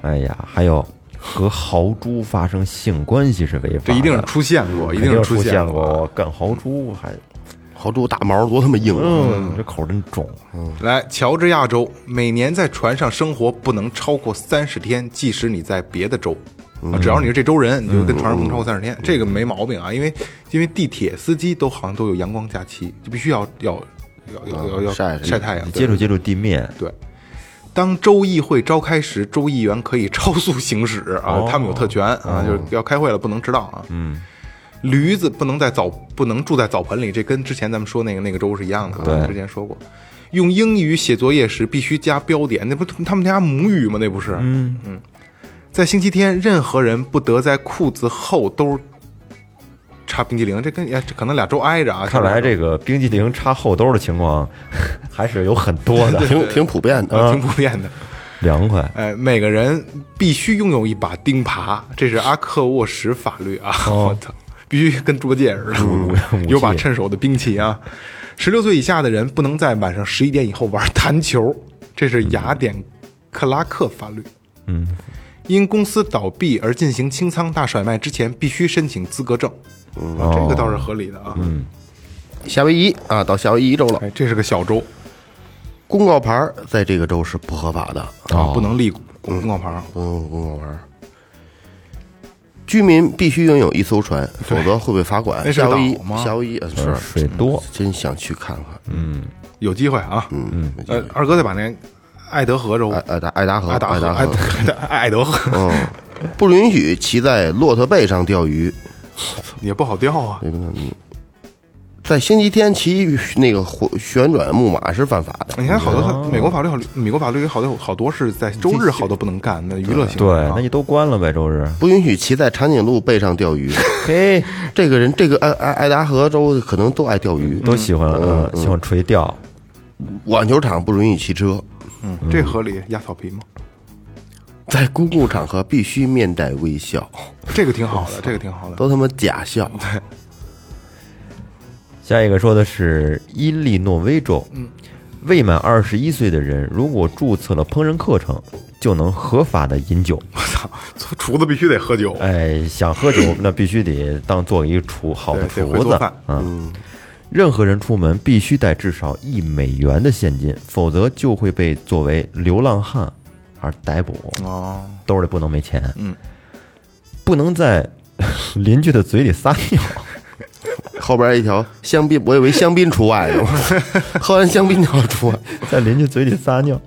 Speaker 1: 哎呀，还有和豪猪发生性关系是违法的，
Speaker 3: 这一定是出现过，一
Speaker 1: 嗯肯定
Speaker 3: 是
Speaker 1: 出
Speaker 3: 出
Speaker 1: 现
Speaker 3: 过。
Speaker 1: 过。我干豪猪还，
Speaker 4: 豪猪大毛多他妈硬啊！
Speaker 1: 嗯，这口真重。
Speaker 3: 来，乔治亚州每年在船上生活不能超过三十天，即使你在别的州。啊，只要你是这州人，你就跟船上不能超过三十天，这个没毛病啊。因为因为地铁司机都好像都有阳光假期，就必须要要要要要要
Speaker 4: 晒
Speaker 3: 晒太阳，
Speaker 1: 你接触接触地面，
Speaker 3: 对，当州议会召开时，州议员可以超速行驶啊，
Speaker 1: 哦
Speaker 3: 他们有特权啊，就是要开会了不能迟到啊。嗯，驴子不能在澡不能住在澡盆里，这跟之前咱们说那个那个州是一样的
Speaker 1: 对
Speaker 3: 啊。之前说过，用英语写作业时必须加标点，那不他们家母语吗？那不是？嗯嗯，在星期天，任何人不得在裤子后兜。插冰激凌，这跟哎，这可能俩州挨着啊。
Speaker 1: 看来这个冰激凌插后兜的情况还是有很多的，
Speaker 4: 挺挺普遍的，
Speaker 1: 嗯
Speaker 3: 啊挺普遍的。
Speaker 1: 凉快。
Speaker 3: 哎，每个人必须拥有一把钉耙，这是阿克沃什法律啊！ 我操，必须跟猪八戒似的，有把趁手的兵器啊！十六岁以下的人不能在晚上十一点以后玩弹球，这是雅典克拉克法律。
Speaker 1: 嗯，
Speaker 3: 因公司倒闭而进行清仓大甩卖之前，必须申请资格证。
Speaker 4: 嗯
Speaker 3: 啊，这个倒是合理的啊。嗯，
Speaker 4: 夏威夷啊，到夏威夷州了。
Speaker 3: 哎，这是个小州
Speaker 4: 公告牌儿在这个州是不合法的，
Speaker 3: 啊，不能立公告牌。
Speaker 4: 嗯，公告牌儿。居民必须拥有一艘船，否则会被罚款。
Speaker 3: 那是
Speaker 4: 夏威夷
Speaker 3: 岛，吗
Speaker 4: 夏威夷呃是
Speaker 1: 水多，
Speaker 3: 嗯
Speaker 4: 真想去看看。嗯
Speaker 3: 有机会啊。
Speaker 4: 嗯，哎
Speaker 3: 呃，二哥再把那爱德荷州
Speaker 4: 呃爱、爱达爱达河，
Speaker 3: 爱达
Speaker 4: 爱
Speaker 3: 荷
Speaker 4: 达
Speaker 3: 爱
Speaker 4: 河
Speaker 3: 德，爱爱德荷。
Speaker 4: 嗯，不允许骑在骆驼背上钓鱼。
Speaker 3: 也不好钓啊。
Speaker 4: 在星期天骑那个火旋转木马是犯法的。
Speaker 3: 你看，好多美国法律好，美国法律有好多好多是在周日好多不能干，那娱乐性
Speaker 1: 对，
Speaker 3: 啊
Speaker 1: 那就都关了呗，周
Speaker 3: 嗯
Speaker 1: 日。
Speaker 4: 不允许骑在长颈鹿背上钓鱼。
Speaker 1: 嘿，
Speaker 4: 这个人，这个爱爱爱达荷州可能都爱钓鱼。
Speaker 1: 都喜欢，嗯，喜欢垂钓。
Speaker 4: 网球场不允许骑车，
Speaker 3: 嗯这合理压草皮吗？
Speaker 4: 在公共场合必须面带微笑，
Speaker 3: 这个挺好的，这个挺好的。
Speaker 4: 都他妈假笑。
Speaker 1: 下一个说的是伊利诺威州，
Speaker 3: 嗯
Speaker 1: 未满二十一岁的人如果注册了烹饪课程，就能合法的饮酒。
Speaker 3: 我操，厨子必须得喝酒，
Speaker 1: 哎，想喝 酒那必须得当做一个厨好的
Speaker 3: 对得
Speaker 1: 厨
Speaker 3: 会
Speaker 1: 子
Speaker 3: 做饭
Speaker 1: 啊。任何人出门必须带至少一美元的现金，否则就会被作为流浪汉而逮捕。
Speaker 3: 哦，
Speaker 1: 兜里不能没钱，
Speaker 3: 嗯，
Speaker 1: 不能在邻居的嘴里撒尿。
Speaker 4: 后边一条香槟，我以为香槟除外呢， 喝完香槟就要除外。
Speaker 1: 在邻居嘴里撒尿。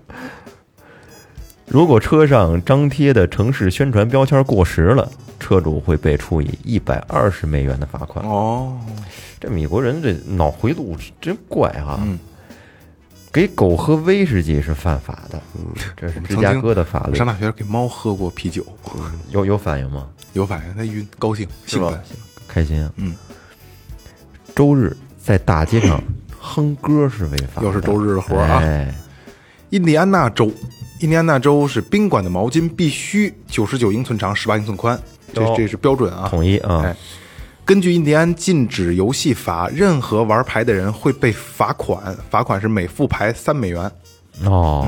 Speaker 1: 如果车上张贴的城市宣传标签过时了，车主会被处以一百二十美元的罚款。
Speaker 3: 哦，
Speaker 1: 这美国人这脑回路真怪哈、给狗喝威士忌是犯法的，嗯这是芝加哥的法律
Speaker 3: 上。大学给猫喝过啤酒，
Speaker 1: 有有反应吗？
Speaker 3: 有反应，它晕，高兴，
Speaker 1: 是
Speaker 3: 兴
Speaker 1: 吧
Speaker 3: 奋，？
Speaker 1: 开心啊！
Speaker 3: 嗯。
Speaker 1: 周日在大街上哼歌是违法的，
Speaker 3: 又是周日的活儿啊
Speaker 1: 哎，
Speaker 3: 印第安纳州，印第安纳州是宾馆的毛巾必须九十九英寸长，十八英寸宽，这
Speaker 1: 哦
Speaker 3: 这是标准啊。
Speaker 1: 统一啊！
Speaker 3: 哎，根据印第安禁止游戏法，任何玩牌的人会被罚款，罚款是每副牌三美元。
Speaker 1: 哦，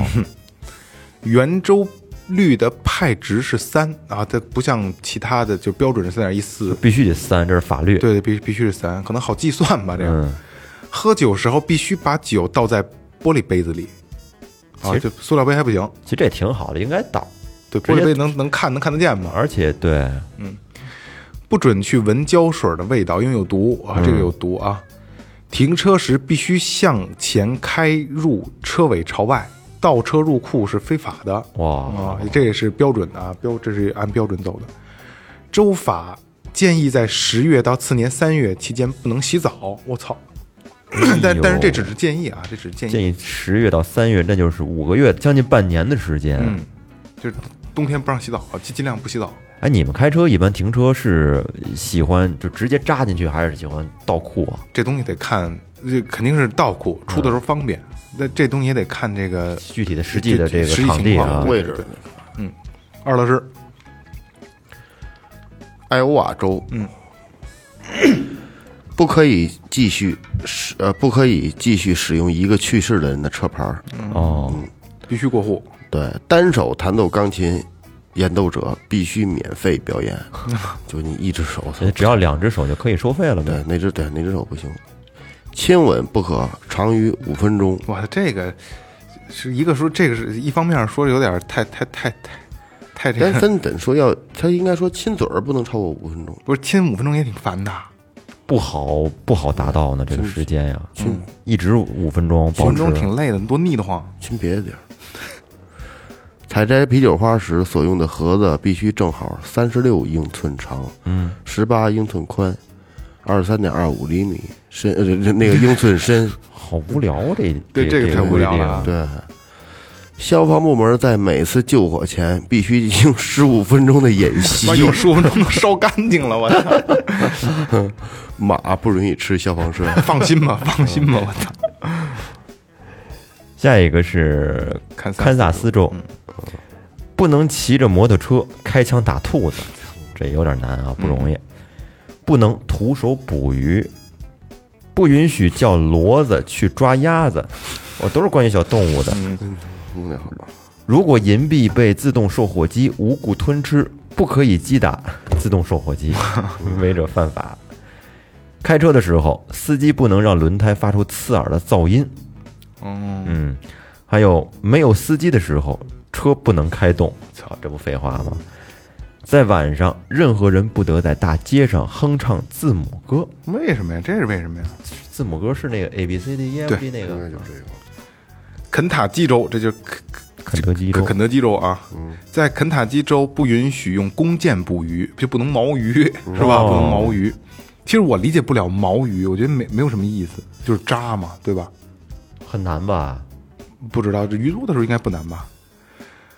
Speaker 3: 圆周率的派值是三啊，它不像其他的就标准是三点一四，
Speaker 1: 必须得三，这是法律。
Speaker 3: 对，必必须是三，可能好计算吧这样。
Speaker 1: 嗯
Speaker 3: 喝酒时候必须把酒倒在玻璃杯子里，啊，
Speaker 1: 其实
Speaker 3: 就塑料杯还不行，
Speaker 1: 其实这挺好的，应该倒，
Speaker 3: 对，
Speaker 1: 直
Speaker 3: 玻
Speaker 1: 接
Speaker 3: 璃杯能能看能看得见吗？
Speaker 1: 而且对，
Speaker 3: 嗯不准去闻胶水的味道，因为有毒啊，这个有毒啊。停车时必须向前开入，车尾朝外，倒车入库是非法的。
Speaker 1: 哇
Speaker 3: 啊，，这也是标准的啊，标这是按标准走的。州法建议在十月到次年三月期间不能洗澡。我操！但但是这只是哎建议啊，这只是建议。
Speaker 1: 建议十月到三月，那就是五个月，将近半年的时间，
Speaker 3: 嗯，就是冬天不让洗澡，啊尽尽量不洗澡。
Speaker 1: 哎，你们开车一般停车是喜欢就直接扎进去，还是喜欢倒库啊？
Speaker 3: 这东西得看，这肯定是倒库，出的时候方便。那、这东西也得看这个
Speaker 1: 具体的实际的这个
Speaker 3: 实际
Speaker 1: 场地
Speaker 3: 情
Speaker 1: 啊
Speaker 3: 况，
Speaker 4: 位置
Speaker 3: 对。二老师，
Speaker 4: 艾欧瓦州，嗯，不可以继续使呃，不可以继续使用一个去世的人的车牌儿。
Speaker 1: 哦，
Speaker 3: 必须过户。
Speaker 4: 对，单手弹奏钢琴，演奏者必须免费表演，就你一只手，
Speaker 1: 呃只要两只手就可以收费了呗
Speaker 4: 对，。那只对那只手不行。亲吻不可长于五分钟，
Speaker 3: 哇，这个是一个说这个是一方面说有点太太太太太这
Speaker 4: 但
Speaker 3: 个，
Speaker 4: 分等说要，他应该说亲嘴儿不能超过五分钟，
Speaker 3: 不是亲五分钟也挺烦的。
Speaker 1: 不好不好达到呢，这个时间呀，
Speaker 3: 嗯
Speaker 1: 一直五分钟
Speaker 3: 五
Speaker 1: 保
Speaker 3: 分
Speaker 1: 持
Speaker 3: 钟挺累的，多腻得慌。
Speaker 4: 亲别的地儿。采摘啤酒花时所用的盒子必须正好三十六英寸长，嗯，十八英寸宽，二十三点二五厘米深，呃，这这那个英寸深。
Speaker 1: 好无聊啊，这
Speaker 3: 对
Speaker 1: 这
Speaker 3: 这个太无聊
Speaker 1: 规定
Speaker 3: 了
Speaker 1: 啊。
Speaker 4: 对，消防部门在每次救火前 必须进行十五分钟的演习
Speaker 3: 妈。有十五分钟都烧干净了，我 操！
Speaker 4: 马不允许吃消防栓。
Speaker 3: 放心吧，
Speaker 1: 嗯
Speaker 3: 放心吧，我操！
Speaker 1: 下一个是
Speaker 3: 堪萨斯嗯
Speaker 1: 堪萨斯州，不能骑着摩托车开枪打兔子，这有点难
Speaker 3: 嗯
Speaker 1: 啊，不容易。不能徒手捕鱼，不允许叫骡子去抓鸭子，我都是关于小动物的。
Speaker 4: 无聊吧
Speaker 1: 如果银币被自动售货机无故吞吃，不可以击打自动售货机，违者犯法。开车的时候，司机不能让轮胎发出刺耳的噪音。嗯，还有没有司机的时候，车不能开动。操，这不废话吗？在晚上，任何人不得在大街上哼唱字母歌。
Speaker 3: 为什么呀？这是为什么呀？
Speaker 1: 字母歌是那个 A B C D E F G 那
Speaker 4: 应该
Speaker 1: 个
Speaker 4: 就这个。
Speaker 3: 肯塔基州，这就是肯
Speaker 1: 肯德基
Speaker 3: 肯
Speaker 1: 州。嗯
Speaker 3: 肯德基州啊，在肯塔基州不允许用弓箭捕鱼，就不能毛鱼，是吧？
Speaker 1: 哦
Speaker 3: 不能毛鱼。其实我理解不了毛鱼，我觉得没没有什么意思，就是扎嘛，对吧？
Speaker 1: 很难吧？
Speaker 3: 不知道这鱼多的时候应该不难吧？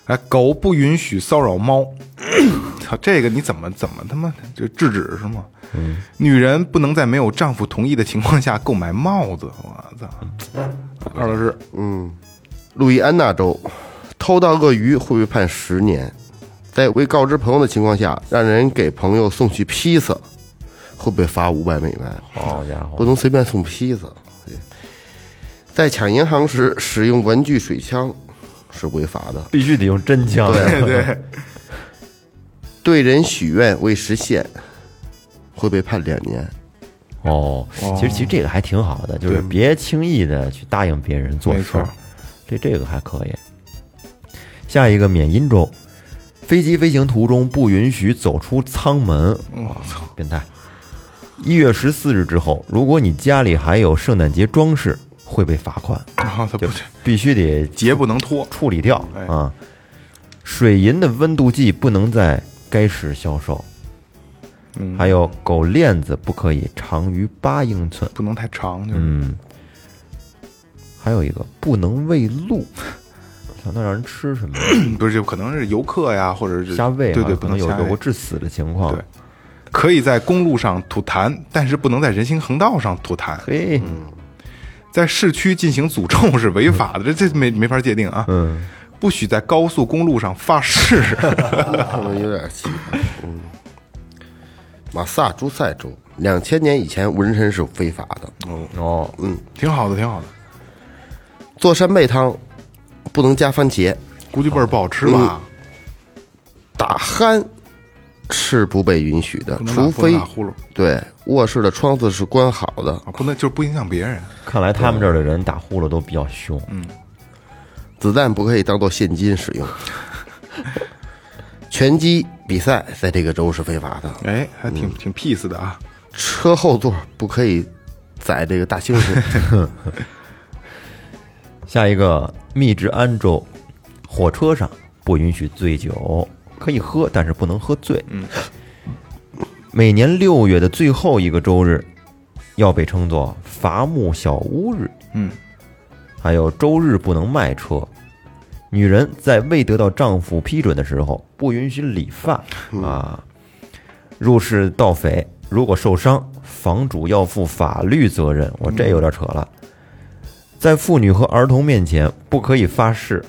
Speaker 3: 哎，狗不允许骚扰猫， 操，这个你怎么怎么他妈就制止是吗？
Speaker 1: 嗯
Speaker 3: 女人不能在没有丈夫同意的情况下购买帽子，我操！二老师，
Speaker 4: 路易安那州，偷到鳄鱼会被判十年，在未告知朋友的情况下，让人给朋友送去披萨，会被罚五百美元。
Speaker 1: 好家伙
Speaker 4: 不！能随便送披萨。在抢银行时使用玩具水枪是违法的。
Speaker 1: 必须得用真枪。
Speaker 3: 对
Speaker 1: 哎
Speaker 3: 对，
Speaker 4: 对人许愿未实现会被判两年。
Speaker 1: 哦，其实其实这个还挺好的，就是
Speaker 3: 对
Speaker 1: 别轻易的去答应别人做
Speaker 3: 没
Speaker 1: 事儿
Speaker 3: 错，
Speaker 1: 这这个还可以。下一个缅因州，飞机飞行途中不允许走出舱门，
Speaker 3: 我操，
Speaker 1: 变态。一月十四日之后，如果你家里还有圣诞节装饰，会被罚款，
Speaker 3: 啊，他不
Speaker 1: 就是必须得
Speaker 3: 节不能拖，
Speaker 1: 处理掉
Speaker 3: 哎
Speaker 1: 啊。水银的温度计不能在该市销售，
Speaker 3: 嗯
Speaker 1: 还有狗链子不可以长于八英寸。
Speaker 3: 不能太长，就是。
Speaker 1: 嗯，还有一个不能喂鹿，想到让人吃什么
Speaker 3: 不是，就可能是游客呀，或者是
Speaker 1: 嗯瞎喂、啊，
Speaker 3: 对对，不
Speaker 1: 可能有
Speaker 3: 瞎
Speaker 1: 有
Speaker 3: 喂
Speaker 1: 过致死的情况
Speaker 3: 对。，可以在公路上吐痰，但是不能在人行横道上吐痰。
Speaker 1: 嘿，
Speaker 3: 嗯在市区进行诅咒是违法的，这这 没没法界定啊。
Speaker 1: 嗯，
Speaker 3: 不许在高速公路上发誓。
Speaker 4: 可能有点奇怪。嗯，马萨诸塞州，两千年以前纹身是非法的。
Speaker 1: 哦，
Speaker 3: 挺好的，挺好的，
Speaker 4: 做扇贝汤不能加番茄，
Speaker 3: 估计倍儿不好吃吧？
Speaker 4: 打鼾是不被允许的
Speaker 3: 不，能打
Speaker 4: 除非
Speaker 3: 不能打呼噜
Speaker 4: 对卧室的窗子是关好的。
Speaker 3: 啊，不能就是不影响别人。
Speaker 1: 看来他们这儿的人打呼噜都比较凶。
Speaker 4: 子弹不可以当做现金使用。 拳击比赛在这个州是非法的，
Speaker 3: 哎，还挺挺 peace 的啊。
Speaker 4: 车后座不可以载这个大猩猩。
Speaker 1: 下一个，密执安州，火车上不允许醉酒，可以喝，但是不能喝醉。嗯，每年六月的最后一个周日，要被称作伐木小屋日。
Speaker 3: 嗯，
Speaker 1: 还有周日不能卖车，女人在未得到丈夫批准的时候，不允许理发啊。入室盗匪如果受伤，房主要负法律责任。我这有点扯了。在妇女和儿童面前，不可以发誓。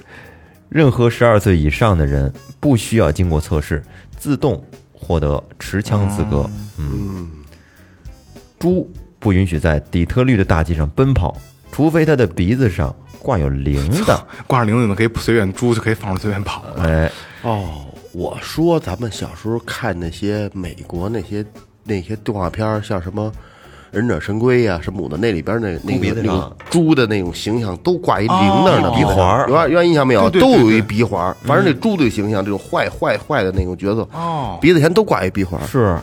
Speaker 1: 任何十二岁以上的人不需要经过测试，自动获得持枪资格。
Speaker 3: 嗯
Speaker 1: 嗯猪不允许在底特律的大街上奔跑，除非它的鼻子上挂有铃铛。
Speaker 3: 挂上铃铛就可以随便猪就可以放着随便跑了。
Speaker 1: 哎，
Speaker 4: 哦，我说咱们小时候看那些美国那些那些动画片儿，像什么《忍者神龟》啊呀什么的，那里边那那
Speaker 1: 猪鼻
Speaker 4: 个
Speaker 1: 子
Speaker 4: 那
Speaker 1: 上
Speaker 4: 个猪的那种形象都挂一铃铛呢，
Speaker 1: 哦鼻环儿
Speaker 4: 有点有点印象没有？
Speaker 3: 对对
Speaker 4: 都
Speaker 3: 对
Speaker 4: 有
Speaker 3: 对
Speaker 4: 一鼻环儿，反正那猪的形象，这种坏坏坏的那种角色，
Speaker 3: 哦
Speaker 4: 鼻子前都挂一鼻环儿，
Speaker 1: 是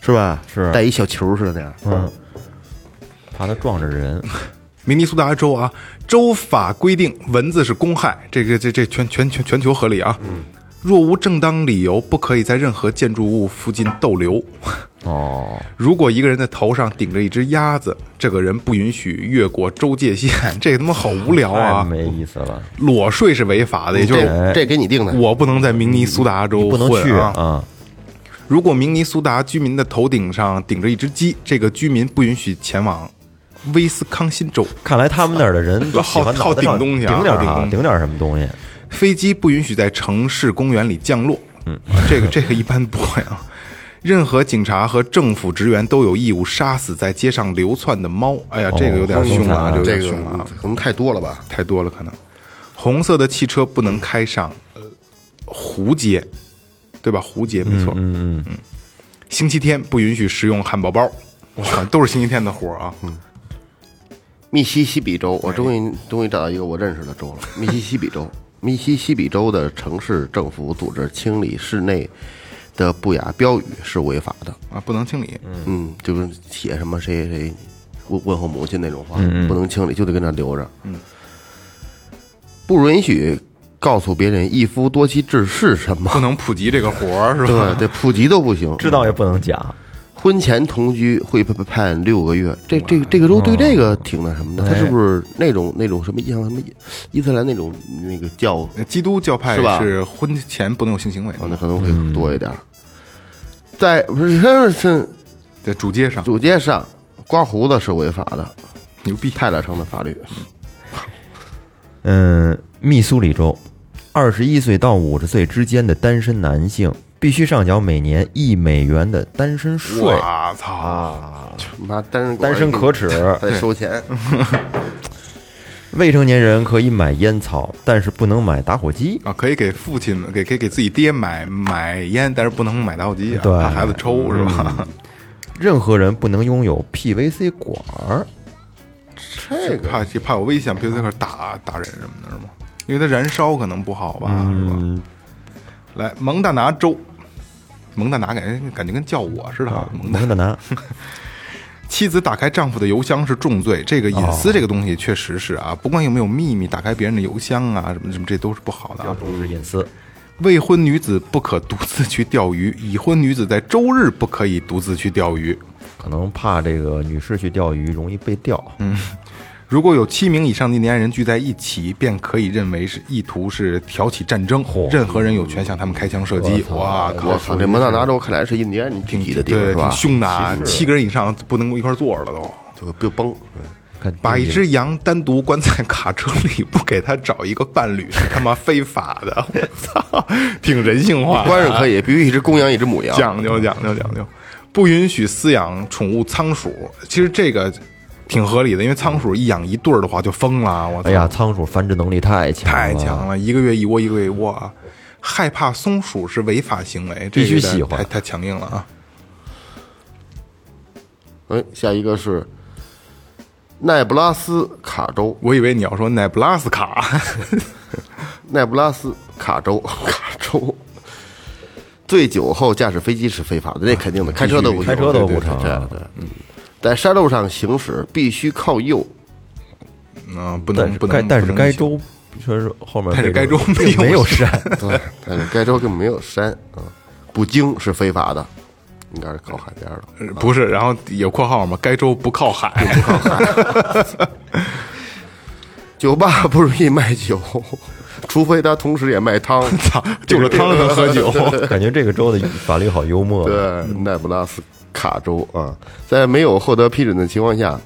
Speaker 4: 是吧？
Speaker 1: 是
Speaker 4: 带一小球似的那样。
Speaker 1: 嗯，怕它撞着人。
Speaker 3: 明尼苏达州啊，州法规定蚊子是公害，这个这这全全全全球合理啊。若无正当理由，不可以在任何建筑物附近逗留。
Speaker 1: 哦，
Speaker 3: 如果一个人的头上顶着一只鸭子，这个人不允许越过州界线。 这他妈好无聊
Speaker 1: 太
Speaker 3: 啊！
Speaker 1: 哎没意思了，
Speaker 3: 裸睡是违法的，也就是
Speaker 4: 这这给你定的，
Speaker 3: 我不能在明尼苏达州
Speaker 1: 不能去
Speaker 3: 混啊。
Speaker 1: 啊！
Speaker 3: 如果明尼苏达居民的头顶上顶着一只鸡，这个居民不允许前往威斯康辛州。
Speaker 1: 看来他们那儿的人都喜欢
Speaker 3: 好好
Speaker 1: 脑袋上
Speaker 3: 顶东西啊
Speaker 1: 顶点儿
Speaker 3: 好
Speaker 1: 啊，
Speaker 3: 顶东西
Speaker 1: 顶点儿什么东西。
Speaker 3: 飞机不允许在城市公园里降落。嗯，这个这个一般不会啊。任何警察和政府职员都有义务杀死在街上流窜的猫。哎呀，这个有点凶了啊，
Speaker 1: 哦
Speaker 3: 有
Speaker 4: 这
Speaker 3: 点
Speaker 4: 个
Speaker 3: 凶了啊，
Speaker 4: 可能太多了吧？
Speaker 3: 太多了可能。红色的汽车不能开上呃湖街，对吧？湖街没错。嗯嗯星期天不允许食用汉堡包。哇，都是星期天的活儿啊！
Speaker 4: 密西西比州，我终于终于找到一个我认识的州了。密西西比州，密西西比州的城市政府组织清理室内的不雅标语是违法的。
Speaker 3: 啊，不能清理。
Speaker 4: 嗯，就是写什么谁谁问问候母亲那种话，不能清理，就得跟那留着。嗯，不允许告诉别人一夫多妻制是什么
Speaker 3: 不。能普及这个活儿是吧？
Speaker 4: 对对，普及都不行。
Speaker 1: 知道也不能讲，
Speaker 4: 婚前同居会被判六个月，这这这个州对这个挺那什么的，他是不是那种那种什么像什么伊斯兰那种那个教，哦
Speaker 3: 基督教派
Speaker 4: 是吧哦
Speaker 3: 是婚前不能有性行为的，
Speaker 4: 那可能会多一点儿。在不是是
Speaker 3: 在主街上
Speaker 4: 主街上刮胡子是违法的，
Speaker 3: 牛逼。
Speaker 4: 泰勒城的法律。
Speaker 1: 嗯，密苏里州，二十一岁到五十岁之间的单身男性必须上缴每年一美元的单身税。
Speaker 3: 我操！
Speaker 4: 啊妈，单身狗
Speaker 1: 单身可耻，
Speaker 3: 哎
Speaker 4: 还得收钱，
Speaker 1: 未成年人可以买烟草，但是不能买打火机。
Speaker 3: 啊，可以给父亲们，给可以给自己爹买买烟，但是不能买打火机啊，
Speaker 1: 对
Speaker 3: 怕孩子抽是
Speaker 4: 嗯
Speaker 3: 吧？
Speaker 1: 任何人不能拥有 PVC 管儿。
Speaker 4: 这个
Speaker 3: 怕怕有危险，别在那儿打打人什么的，是吗？因为它燃烧可能不好吧，是吧？来，蒙大拿州，蒙大拿感觉感觉跟叫我似的啊，蒙大
Speaker 1: 蒙大拿，
Speaker 3: 妻子打开丈夫的邮箱是重罪，这个隐私这个东西确实是啊，不管有没有秘密，打开别人的邮箱啊，什么什么，这都是不好 的啊。
Speaker 1: 重视隐私。
Speaker 3: 未婚女子不可独自去钓鱼，已婚女子在周日不可以独自去钓鱼。
Speaker 1: 可能怕这个女士去钓鱼容易被钓，
Speaker 3: 嗯如果有七名以上的年人聚在一起，便可以认为是意图是挑起战争，任何人有权向他们开枪射击。哇
Speaker 4: 我
Speaker 3: 靠，
Speaker 4: 操，这蒙大拿州看来是印第安人聚集的地方
Speaker 3: 对，
Speaker 4: 是
Speaker 3: 挺
Speaker 4: 吧？
Speaker 3: 凶的啊！七个人以上不能一块儿坐着了都。
Speaker 4: 就就崩，
Speaker 1: 看
Speaker 3: 把一只羊单独关在卡车里，不给它找一个伴侣，是他妈非法 的！我操，挺人性化的啊。
Speaker 4: 关是可以，必须一只公羊一只母羊，
Speaker 3: 讲究讲究讲究，不允许饲养宠物仓鼠。其实这个挺合理的，因为仓鼠一养一对儿的话就疯了。我操，
Speaker 1: 哎呀，仓鼠繁殖能力太强了，
Speaker 3: 太强了，一个月一窝，一个月一窝啊！害怕松鼠是违法行为，这
Speaker 1: 必须
Speaker 3: 有点
Speaker 1: 喜欢
Speaker 3: 太太强硬了啊！
Speaker 4: 哎，下一个是奈布拉斯卡州，
Speaker 3: 我以为你要说奈布拉斯卡，
Speaker 4: 奈布拉斯卡州， 卡州。醉酒后驾驶飞机是非法的，那肯定的，开车都不行
Speaker 1: 啊开车都不成啊
Speaker 4: 对对对，嗯在山路上行驶必须 靠右，
Speaker 3: 嗯，不
Speaker 1: 但
Speaker 3: 能
Speaker 1: 是
Speaker 3: 不
Speaker 1: 该
Speaker 3: 能，
Speaker 1: 但
Speaker 3: 不
Speaker 1: 是
Speaker 3: 能
Speaker 1: 该
Speaker 3: 行
Speaker 1: 州确实后面
Speaker 3: 但
Speaker 1: 非
Speaker 3: 是该州没有
Speaker 1: 没有山，
Speaker 4: 对，哎但是该州根本没有山啊。捕鲸是非法的，应该是靠海边的。
Speaker 3: 呃不是，然后有括号吗？该州不靠海，
Speaker 4: 酒吧不容易卖酒，除非他同时也卖 汤。
Speaker 3: 操， 就着汤能喝酒，
Speaker 1: 感觉这个州的法律好幽默。啊
Speaker 4: 对，奈布拉斯卡州啊，在没有获得批准的情况下，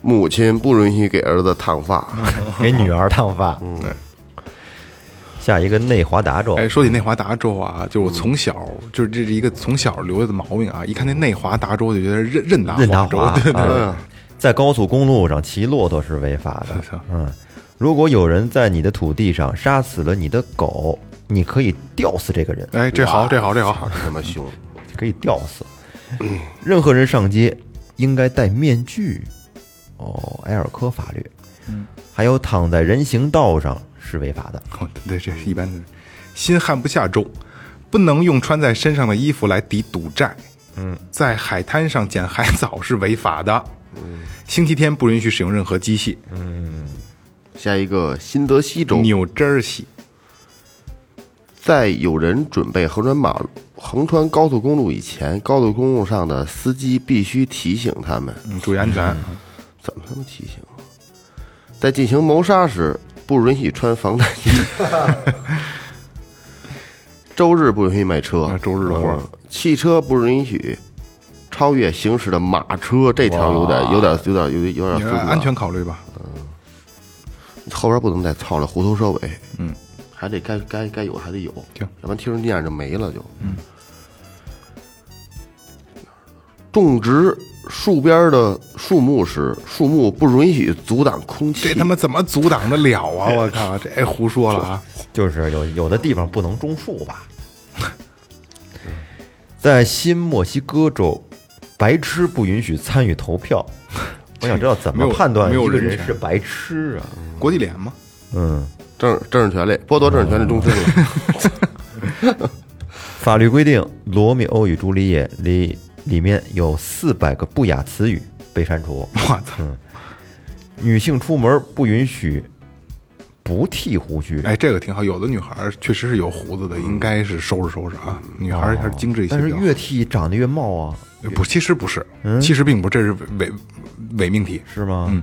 Speaker 4: 母亲不允许给儿子烫发。
Speaker 1: 给女儿烫发。嗯，下一个内华达州，
Speaker 3: 哎，说起内华达州啊，就是我从小就是这是一个从小留的毛病啊，一看那内华达州就觉得任任达
Speaker 1: 任达
Speaker 3: 州，
Speaker 1: 华
Speaker 3: 对对嗯对，
Speaker 1: 啊，在高速公路上骑骆驼是违法 的
Speaker 3: 没。错
Speaker 1: 嗯，如果有人在你的土地上杀死了你的狗，你可以吊死这个人，
Speaker 3: 哎，这好，这好，这好，
Speaker 4: 他妈凶！
Speaker 1: 可以吊 死。任何人上街应该戴面具。哦，埃尔科法律。
Speaker 3: 嗯
Speaker 1: 还有躺在人行道上是违法的。
Speaker 3: 哦 对，这是一般的。心旱不下州，不能用穿在身上的衣服来抵赌债。嗯，在海滩上捡海藻是违法的。嗯，星期天不允许使用任何机器。
Speaker 4: 下一个新泽西州，
Speaker 3: 纽泽西，
Speaker 4: 在有人准备横穿马路、横穿高速公路以前，高速公路上的司机必须提醒他们。
Speaker 3: 嗯，注意安全。
Speaker 4: 怎么他妈提醒啊？在进行谋杀时，不允许穿防弹衣。 周日不允许买车
Speaker 3: 啊，周日的活儿
Speaker 4: 嗯汽车不允许超越行驶的马车，这条有点有点有点有点有点
Speaker 3: 你
Speaker 4: 复
Speaker 3: 是
Speaker 4: 杂
Speaker 3: 按安全考虑吧。
Speaker 4: 后边不能再操了，虎头蛇尾。
Speaker 3: 嗯，
Speaker 4: 还得该该该有还得有，
Speaker 3: 行
Speaker 4: 要不然听着那样就没了就。嗯，种植树边的树木时，树木不允许阻挡空气。
Speaker 3: 这他妈怎么阻挡得了啊！我靠，这哎胡说了啊！
Speaker 1: 就是有有的地方不能种树吧。在新墨西哥州，白痴不允许参与投票。我想知道怎
Speaker 3: 没
Speaker 1: 么
Speaker 3: 有
Speaker 1: 判断
Speaker 3: 没
Speaker 1: 一
Speaker 3: 有
Speaker 1: 个
Speaker 3: 人
Speaker 1: 人
Speaker 3: 权
Speaker 1: 是白痴啊？
Speaker 3: 国际脸吗？
Speaker 1: 嗯，
Speaker 4: 政政治权利，剥夺政治权利终身
Speaker 3: 哦
Speaker 4: 了。
Speaker 1: 法律规定，《罗密欧与朱丽叶》里里面有四百个不雅词语被删除，
Speaker 3: 我操！
Speaker 1: 女性出门不允许不剃胡须。
Speaker 3: 哎，这个挺好。有的女孩儿确实是有胡子的，应该是收拾收拾啊。女孩儿还是精致一些
Speaker 1: 哦但
Speaker 3: 比
Speaker 1: 是
Speaker 3: 较好。
Speaker 1: 越剃长得越茂啊，
Speaker 3: 呃不，其实不是，其实并不，这是伪伪伪命题。
Speaker 1: 是吗？
Speaker 3: 嗯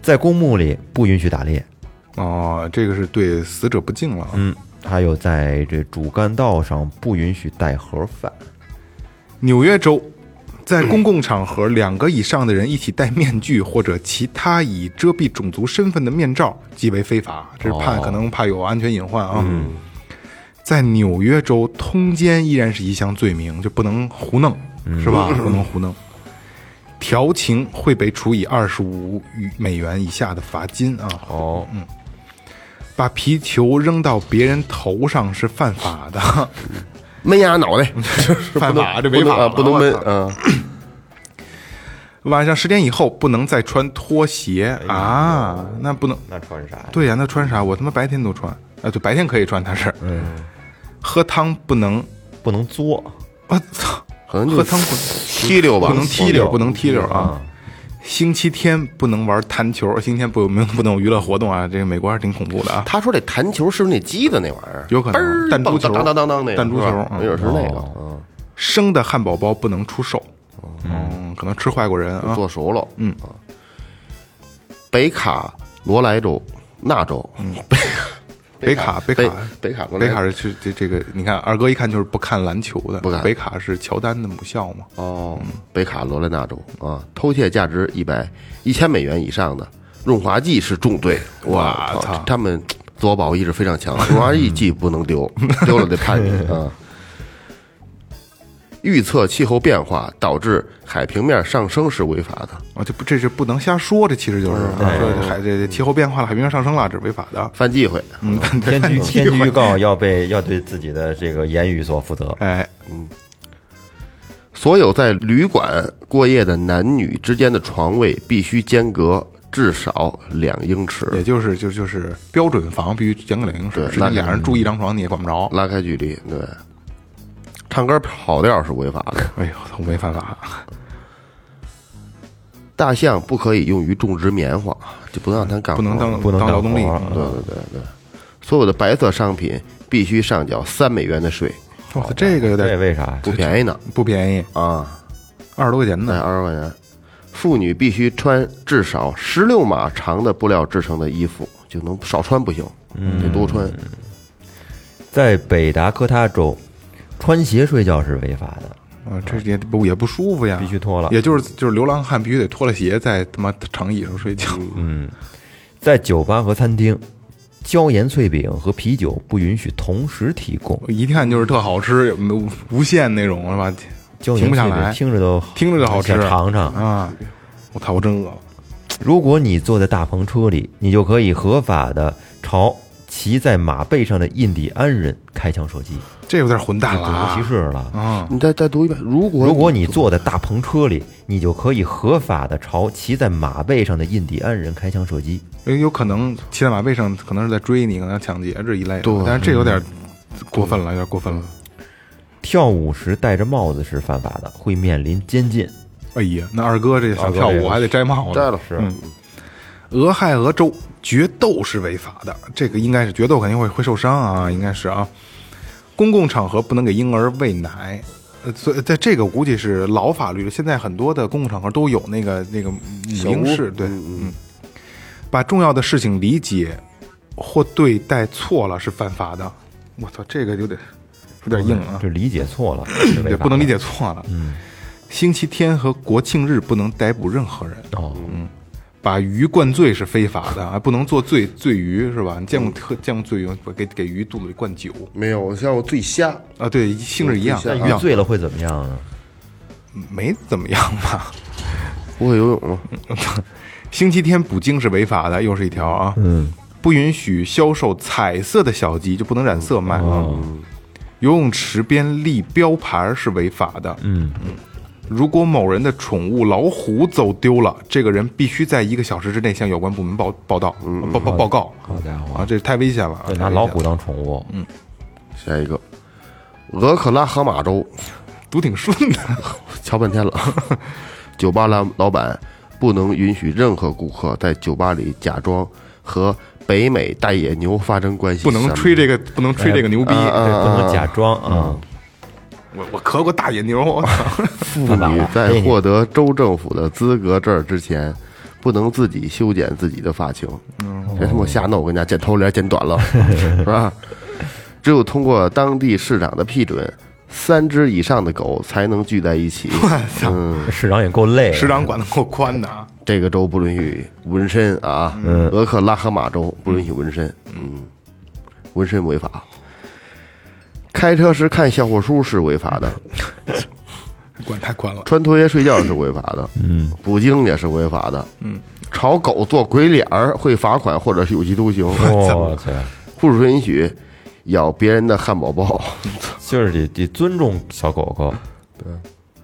Speaker 1: 在公墓里不允许打猎，
Speaker 3: 哦，这个是对死者不敬了。啊
Speaker 1: 嗯，还有在这主干道上不允许带盒饭，
Speaker 3: 纽约州，在公共场合，两个以上的人一起戴面具或者其他以遮蔽种族身份的面罩，即为非法。这是怕、
Speaker 1: 哦
Speaker 3: 可能怕有安全隐患啊。
Speaker 4: 嗯
Speaker 3: 在纽约州，通奸依然是一项罪名，就不能胡弄，
Speaker 4: 嗯
Speaker 3: 是吧？不能胡弄。调情会被处以二十五美元以下的罚金啊！
Speaker 1: 哦，
Speaker 3: 把皮球扔到别人头上是犯法 的，
Speaker 4: 闷压脑袋，
Speaker 3: 犯法这违
Speaker 4: 不能
Speaker 3: 法
Speaker 4: 啊
Speaker 3: 了
Speaker 4: 不能。闷
Speaker 3: 我操
Speaker 4: 啊！
Speaker 3: 晚上十点以后不能再穿拖鞋
Speaker 4: 哎
Speaker 3: 啊，那不能。
Speaker 1: 那穿啥呀？
Speaker 3: 对呀、那穿啥？我他妈白天都穿，啊，对，白天可以穿，他是。
Speaker 4: 哎
Speaker 3: 喝汤不能，
Speaker 1: 不能 作，
Speaker 3: 我、操，
Speaker 4: 可能就
Speaker 3: 喝汤不
Speaker 4: 踢溜吧，
Speaker 3: 不能踢溜，不能踢溜
Speaker 4: 嗯
Speaker 3: 啊。星期天不能玩弹球，星期天不没不能有娱乐活动啊！这个美国还是挺恐怖的啊。
Speaker 4: 他说这弹球是不是那机子那玩意儿？
Speaker 3: 有可能
Speaker 4: 嘣儿
Speaker 3: 弹珠球
Speaker 4: 当当当当那个
Speaker 3: 弹珠球
Speaker 4: 是吧
Speaker 3: 嗯
Speaker 4: 没准是那个。嗯
Speaker 3: 生的汉堡包不能出售，嗯，可能吃坏过人啊。
Speaker 4: 哦做熟了。
Speaker 3: 嗯
Speaker 4: 啊，北卡罗来州、纳州、
Speaker 3: 嗯北卡，北
Speaker 4: 北
Speaker 3: 卡，
Speaker 4: 北卡罗来
Speaker 3: 北卡是这这这个，你看二哥一看就是不看篮球的，
Speaker 4: 不看
Speaker 3: 北卡是乔丹的母校嘛，
Speaker 4: 哦，北卡罗来纳州啊，偷窃价值一百一千美元以上的润滑剂是重罪。哇
Speaker 3: 哇操
Speaker 4: 他们自我保护意识非常强，润滑剂不能 丢，丢了得判你啊。预测气候变化导致海平面上升是违法的，
Speaker 3: 啊，这不这是不能瞎说，这其实就是
Speaker 1: 嗯
Speaker 3: 啊说这海这这气候变化了，海平面上升了，这是违法的。
Speaker 4: 犯忌讳。
Speaker 3: 嗯，但
Speaker 1: 天气 天气预告要被要对自己的这个言语所负责。
Speaker 3: 哎，
Speaker 4: 所有在旅馆过夜的男女之间的床位必须间隔至少两英尺，
Speaker 3: 也就是就就是标准房必须间隔两英尺，
Speaker 4: 对
Speaker 3: 是你
Speaker 4: 那
Speaker 3: 俩人住一张床你也管不着。
Speaker 4: 拉开距离。对，唱歌跑调是违法 的。
Speaker 3: 哎呦，我没办法，
Speaker 4: 大象不可以用于种植棉花，就不能让它干活
Speaker 3: 不能当
Speaker 1: 不能
Speaker 3: 当
Speaker 1: 干
Speaker 3: 劳动力。啊
Speaker 1: 活
Speaker 4: 对对对对，所有的白色商品必须上缴三美元的税，
Speaker 3: 我操，这个有
Speaker 1: 这嗯
Speaker 3: 点
Speaker 1: 为啥呀？
Speaker 4: 不便宜呢
Speaker 3: 不便宜，
Speaker 4: 啊！
Speaker 3: 二十多块钱
Speaker 4: 那
Speaker 3: 呢。
Speaker 4: 二十块钱，妇女必须穿至少十六码长的布料制成的衣服，就能少穿不行，
Speaker 1: 嗯
Speaker 4: 得多穿。
Speaker 1: 在北达科他州，穿鞋睡觉是违法的，
Speaker 3: 啊，这也不也不舒服呀，
Speaker 1: 必须脱了
Speaker 3: 啊也就是就是流浪汉必须得脱了鞋在他妈长椅上睡觉，
Speaker 1: 嗯在酒吧和餐厅，椒盐脆饼和啤酒不允许同时提供。
Speaker 3: 一看就是特好吃，有无无限那种是吧？
Speaker 1: 椒
Speaker 3: 停
Speaker 1: 盐
Speaker 3: 不下
Speaker 1: 脆
Speaker 3: 来
Speaker 1: 饼听着都
Speaker 3: 听着就好吃
Speaker 1: 想尝尝。
Speaker 3: 啊！我操，我真饿了。
Speaker 1: 如果你坐在大篷车里，你就可以合法的朝骑在马背上的印第安人开枪射击，
Speaker 3: 这有点混蛋
Speaker 1: 种族
Speaker 3: 了
Speaker 1: 歧
Speaker 3: 啊！
Speaker 1: 视了。
Speaker 3: 啊，
Speaker 4: 你再再读一遍，如果
Speaker 1: 如果你坐在大篷车里，你就可以合法的朝骑在马背上的印第安人开枪射击。
Speaker 3: 啊有有可能骑在马背上，可能是在追你，可能要抢劫这一类的。
Speaker 4: 对
Speaker 3: 但是这有点
Speaker 1: 嗯
Speaker 3: 过分了，有点过分了。
Speaker 1: 跳舞时戴着帽子是犯法的，会面临监禁。
Speaker 3: 哎呀，那二哥这想跳
Speaker 1: 二哥这
Speaker 3: 舞
Speaker 1: 个
Speaker 3: 还得摘帽子。
Speaker 4: 摘了
Speaker 1: 是
Speaker 3: 俄亥俄州决斗是违法的，这个应该是决斗肯定会会受伤啊，应该是啊。公共场合不能给婴儿喂奶，呃，所以在这个估计是老法律了。现在很多的公共场合都有那个那个母
Speaker 4: 小
Speaker 3: 婴
Speaker 4: 屋
Speaker 3: 室，对，嗯，把重要的事情理解或对待错了是犯法的。我操，这个有点有点硬啊，
Speaker 1: 这理解 错了，是违
Speaker 3: 对，
Speaker 1: 法
Speaker 3: 不能理
Speaker 1: 的
Speaker 3: 解错了。嗯，星期天和国庆日不能逮捕任何人。嗯
Speaker 1: 哦。
Speaker 3: 把鱼灌醉是非法的啊，不能做醉醉鱼是吧？你见过特见过醉鱼吗给给鱼肚子里灌酒
Speaker 4: 没有，我像我醉虾，
Speaker 3: 啊？对，性质一样，
Speaker 4: 那
Speaker 3: 一
Speaker 4: 鱼
Speaker 1: 遇
Speaker 3: 样
Speaker 1: 醉了会怎么样啊呢？
Speaker 3: 没怎么样吧？
Speaker 4: 不会游泳吗？
Speaker 3: 星期天捕鲸是违法的，又是一条啊。嗯，不允许销售彩色的小鸡，就不能染色卖啊。游泳池边立标牌是违法的。嗯嗯，如果某人的宠物老虎走丢了，这个人必须在一个小时之内向有关部门报报道报报报告。
Speaker 1: 好家伙，
Speaker 3: 啊，这太危险了啊！
Speaker 1: 对，
Speaker 3: 太
Speaker 1: 拿
Speaker 3: 危
Speaker 1: 老
Speaker 3: 险了
Speaker 1: 虎当宠物，
Speaker 3: 嗯
Speaker 4: 下一个，俄克拉荷马州，
Speaker 3: 读挺顺的。
Speaker 4: 瞧半天了， 酒吧老老板不能允许任何顾客在酒吧里假装和北美大野牛发生关系，
Speaker 3: 不能吹这个，不能吹这个牛逼。
Speaker 1: 对，不能假装啊。
Speaker 3: 我我磕过大野牛， 我操！
Speaker 4: 妇女在获得州政府的资格证之前，不能自己修剪自己的发型。别他妈瞎弄！我跟你讲，剪头帘剪短了， 是吧？只有通过当地市长的批准，三只以上的狗才能聚在一起。
Speaker 3: 嗯
Speaker 1: 市长也够累，
Speaker 3: 市长管得够宽的啊！
Speaker 4: 这个州不允许纹身啊，俄克拉荷马州不允许纹身，嗯，纹身违法。开车时看笑话书是违法的，
Speaker 3: 管太宽了。
Speaker 4: 穿拖鞋睡觉是违法的，嗯，捕鲸也是违法的，嗯，朝狗做鬼脸儿会罚款或者是有期徒刑，
Speaker 1: 我操，
Speaker 4: 不允许咬别人的汉堡包。
Speaker 1: 就是得得尊重小狗狗。对，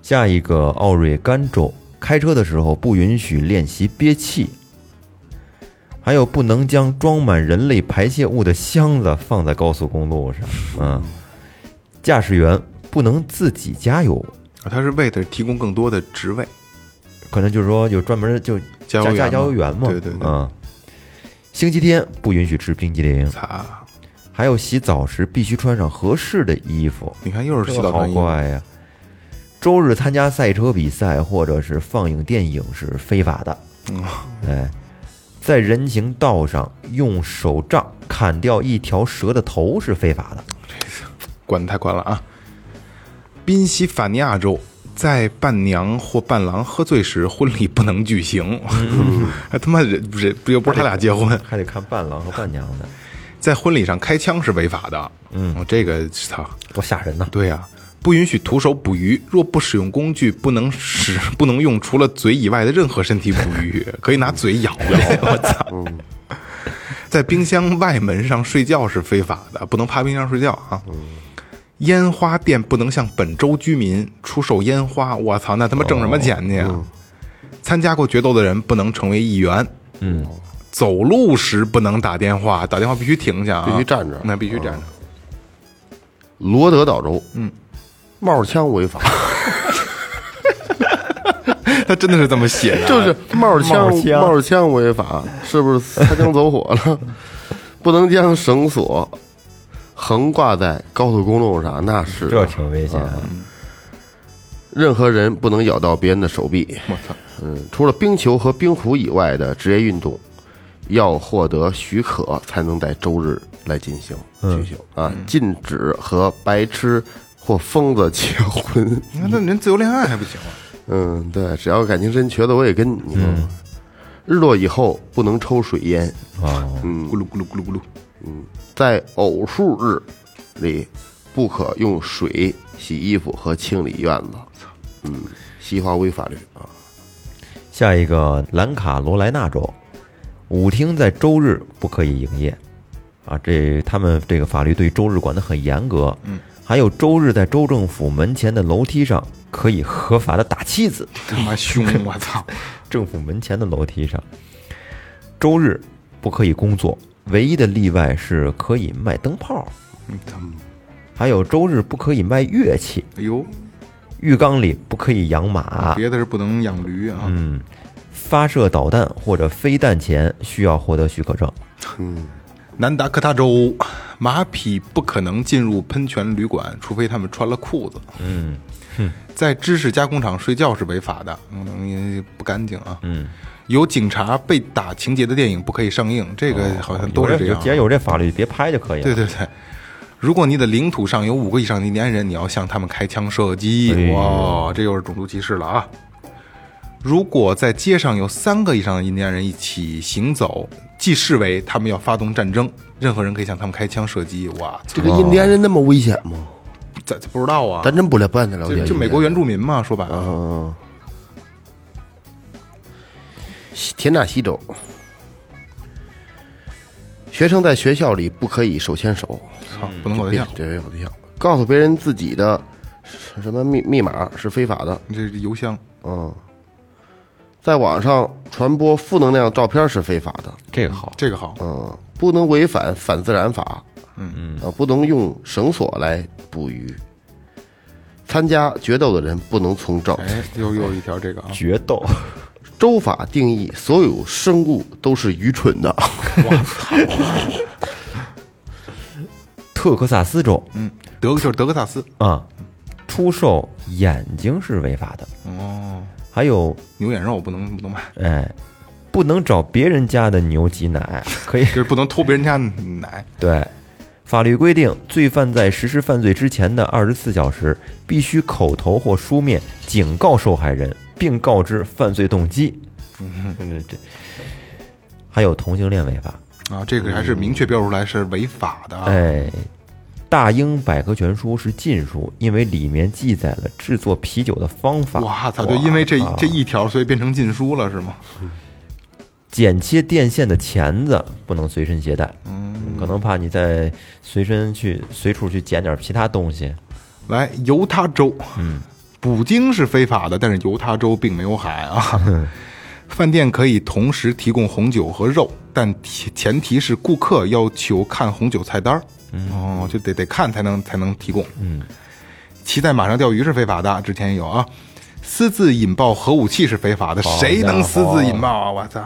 Speaker 1: 下一个奥瑞甘州，开车的时候不允许练习憋气，还有不能将装满人类排泄物的箱子放在高速公路上。嗯，驾驶员不能自己加油，
Speaker 3: 他是为了提供更多的职位，
Speaker 1: 可能就是说有专门就
Speaker 3: 加
Speaker 1: 加加
Speaker 3: 油员嘛
Speaker 1: 加油员嘛，
Speaker 3: 对对对
Speaker 1: 嗯。星期天不允许吃冰激凌，
Speaker 3: 擦！
Speaker 1: 还有洗澡时必须穿上合适的衣服，
Speaker 3: 你看又是
Speaker 1: 这
Speaker 3: 洗
Speaker 1: 个
Speaker 3: 澡
Speaker 1: 好
Speaker 3: 专业，
Speaker 1: 怪呀！周日参加赛车比赛或者是放映电影是非法的。哎，在人行道上用手杖砍掉一条蛇的头是非法的。
Speaker 3: 管得太宽了啊！宾夕法尼亚州。在伴娘或伴郎喝醉时，婚礼不能举行。
Speaker 1: 嗯
Speaker 3: 还他妈人人又不是他俩结婚，
Speaker 1: 还得看伴郎和伴娘的，
Speaker 3: 在婚礼上开枪是违法的。嗯，这个操，
Speaker 1: 多吓人呐！
Speaker 3: 对呀、不允许徒手捕鱼，若不使用工具，不能使 不能用除了嘴以外的任何身体捕鱼， 可以拿嘴 咬咬。我操！在冰箱外门上睡觉是非法的，不能趴冰箱睡觉啊。
Speaker 4: 嗯
Speaker 3: 烟花店不能向本州居民出售烟花，我操，那他妈挣什么钱去
Speaker 4: 哦
Speaker 3: 啊？
Speaker 4: 嗯
Speaker 3: 参加过决斗的人不能成为议员。嗯，走路时不能打电话，打电话必须停下啊，
Speaker 4: 必须站着哦
Speaker 3: 那必须站着。
Speaker 4: 罗德岛州，嗯，冒枪 违法，
Speaker 3: 他真的是这么写的啊，
Speaker 4: 就是冒枪
Speaker 1: 冒枪
Speaker 4: 冒枪违法，是不是擦枪走火了？ 不能将绳索横挂在高速公路上，那是
Speaker 1: 这挺危险啊！
Speaker 4: 任何人不能咬到别人的手臂。
Speaker 3: 我操。
Speaker 4: 嗯，除了冰球和冰壶以外的职业运动，要获得许可才能在周日来进行举行、啊，禁止和白痴或疯子结婚。
Speaker 3: 你看那人自由恋爱还不行啊吗？
Speaker 4: 嗯，对，只要感情真瘸子，我也跟你说。日落以后不能抽水烟，
Speaker 1: 啊
Speaker 3: 咕噜咕噜咕噜咕噜，
Speaker 4: 在偶数日里不可用水洗衣服和清理院子。嗯，西方微法律啊，
Speaker 1: 下一个兰卡罗来纳州，舞厅在周日不可以营业，啊，这他们这个法律对周日管得很严格。嗯，还有周日在州政府门前的楼梯上可以合法的打妻子，
Speaker 3: 他妈凶！我操！
Speaker 1: 政府门前的楼梯上，周日不可以工作，唯一的例外是可以卖灯泡，还有周日不可以卖乐器，
Speaker 3: 哎呦，
Speaker 1: 浴缸里不可以养马，
Speaker 3: 别的是不能养驴啊。
Speaker 1: 发射导弹或者飞弹前需要获得许可证。
Speaker 3: 南达科他州，马匹不可能进入喷泉旅馆，除非他们穿了裤子。嗯，在知识加工厂睡觉是违法的，嗯，也不干净啊。嗯，有警察被打情节的电影不可以上映，这个好像都是这样啊。
Speaker 1: 既然有这法律，别拍就可以了。
Speaker 3: 对对对，如果你的领土上有五个以上的印第安人，你要向他们开枪射击。
Speaker 4: 哎
Speaker 3: 哇，这又是种族歧视了啊！如果在街上有三个以上的印第安人一起行走，即视为他们要发动战争，任何人可以向他们开枪射击。哇，
Speaker 4: 这个印第安人那么危险吗？
Speaker 3: 咱咱不知道啊，
Speaker 4: 咱真不了不太了
Speaker 3: 就
Speaker 4: 解。
Speaker 3: 就美国原住民嘛，说白了，
Speaker 4: 嗯，西田纳西州，学生在学校里不可以手牵手，
Speaker 3: 操，不能搞对
Speaker 4: 别
Speaker 3: 象，
Speaker 4: 别别搞对象，告诉别人自己的什什么密密码是非法的，
Speaker 3: 你这邮箱
Speaker 4: 嗯，在网上传播负能量照片是非法的，
Speaker 1: 这个好，
Speaker 3: 这个好，
Speaker 4: 嗯，不能违反反自然法，嗯啊，不能用绳索来捕鱼。参加决斗的人不能从政，
Speaker 3: 哎，又又一条这个啊，
Speaker 1: 决斗。
Speaker 4: 州法定义所有生物都是愚蠢的。
Speaker 1: 特克萨斯州
Speaker 3: 嗯，德就是德克萨斯，
Speaker 1: 啊，出售眼睛是违法的。
Speaker 3: 哦，
Speaker 1: 还有，
Speaker 3: 牛眼肉不能不能买，
Speaker 1: 哎，不能找别人家的牛挤奶，可 以
Speaker 3: 就是不能偷别人家奶，
Speaker 1: 对，法律规定，罪犯在实施犯罪之前的二十四小时，必须口头或书面警告受害人，并告知犯罪动机。嗯，这 还有同性恋违法。
Speaker 3: 啊，这个还是明确标出来是违法的啊。
Speaker 1: 哎，《大英百科全书》是禁书，因为里面记载了制作啤酒的方法。
Speaker 3: 哇啊操！就因为这这一条，所以变成禁书了是吗？
Speaker 1: 剪切电线的钳子不能随身携带，嗯，可能怕你在随身去随处去捡点其他东
Speaker 3: 哎
Speaker 1: 西。
Speaker 3: 来，犹他州，嗯，捕鲸是非法的，但是犹他州并没有海 啊。饭店可以同时提供红酒和肉，但前前提是顾客要求看红酒菜单儿。哦，就得得看才能才能提供。嗯，骑在马上钓鱼是非法的，之前也有啊。私自引爆核武器是非法的，谁能私自引爆啊？我操！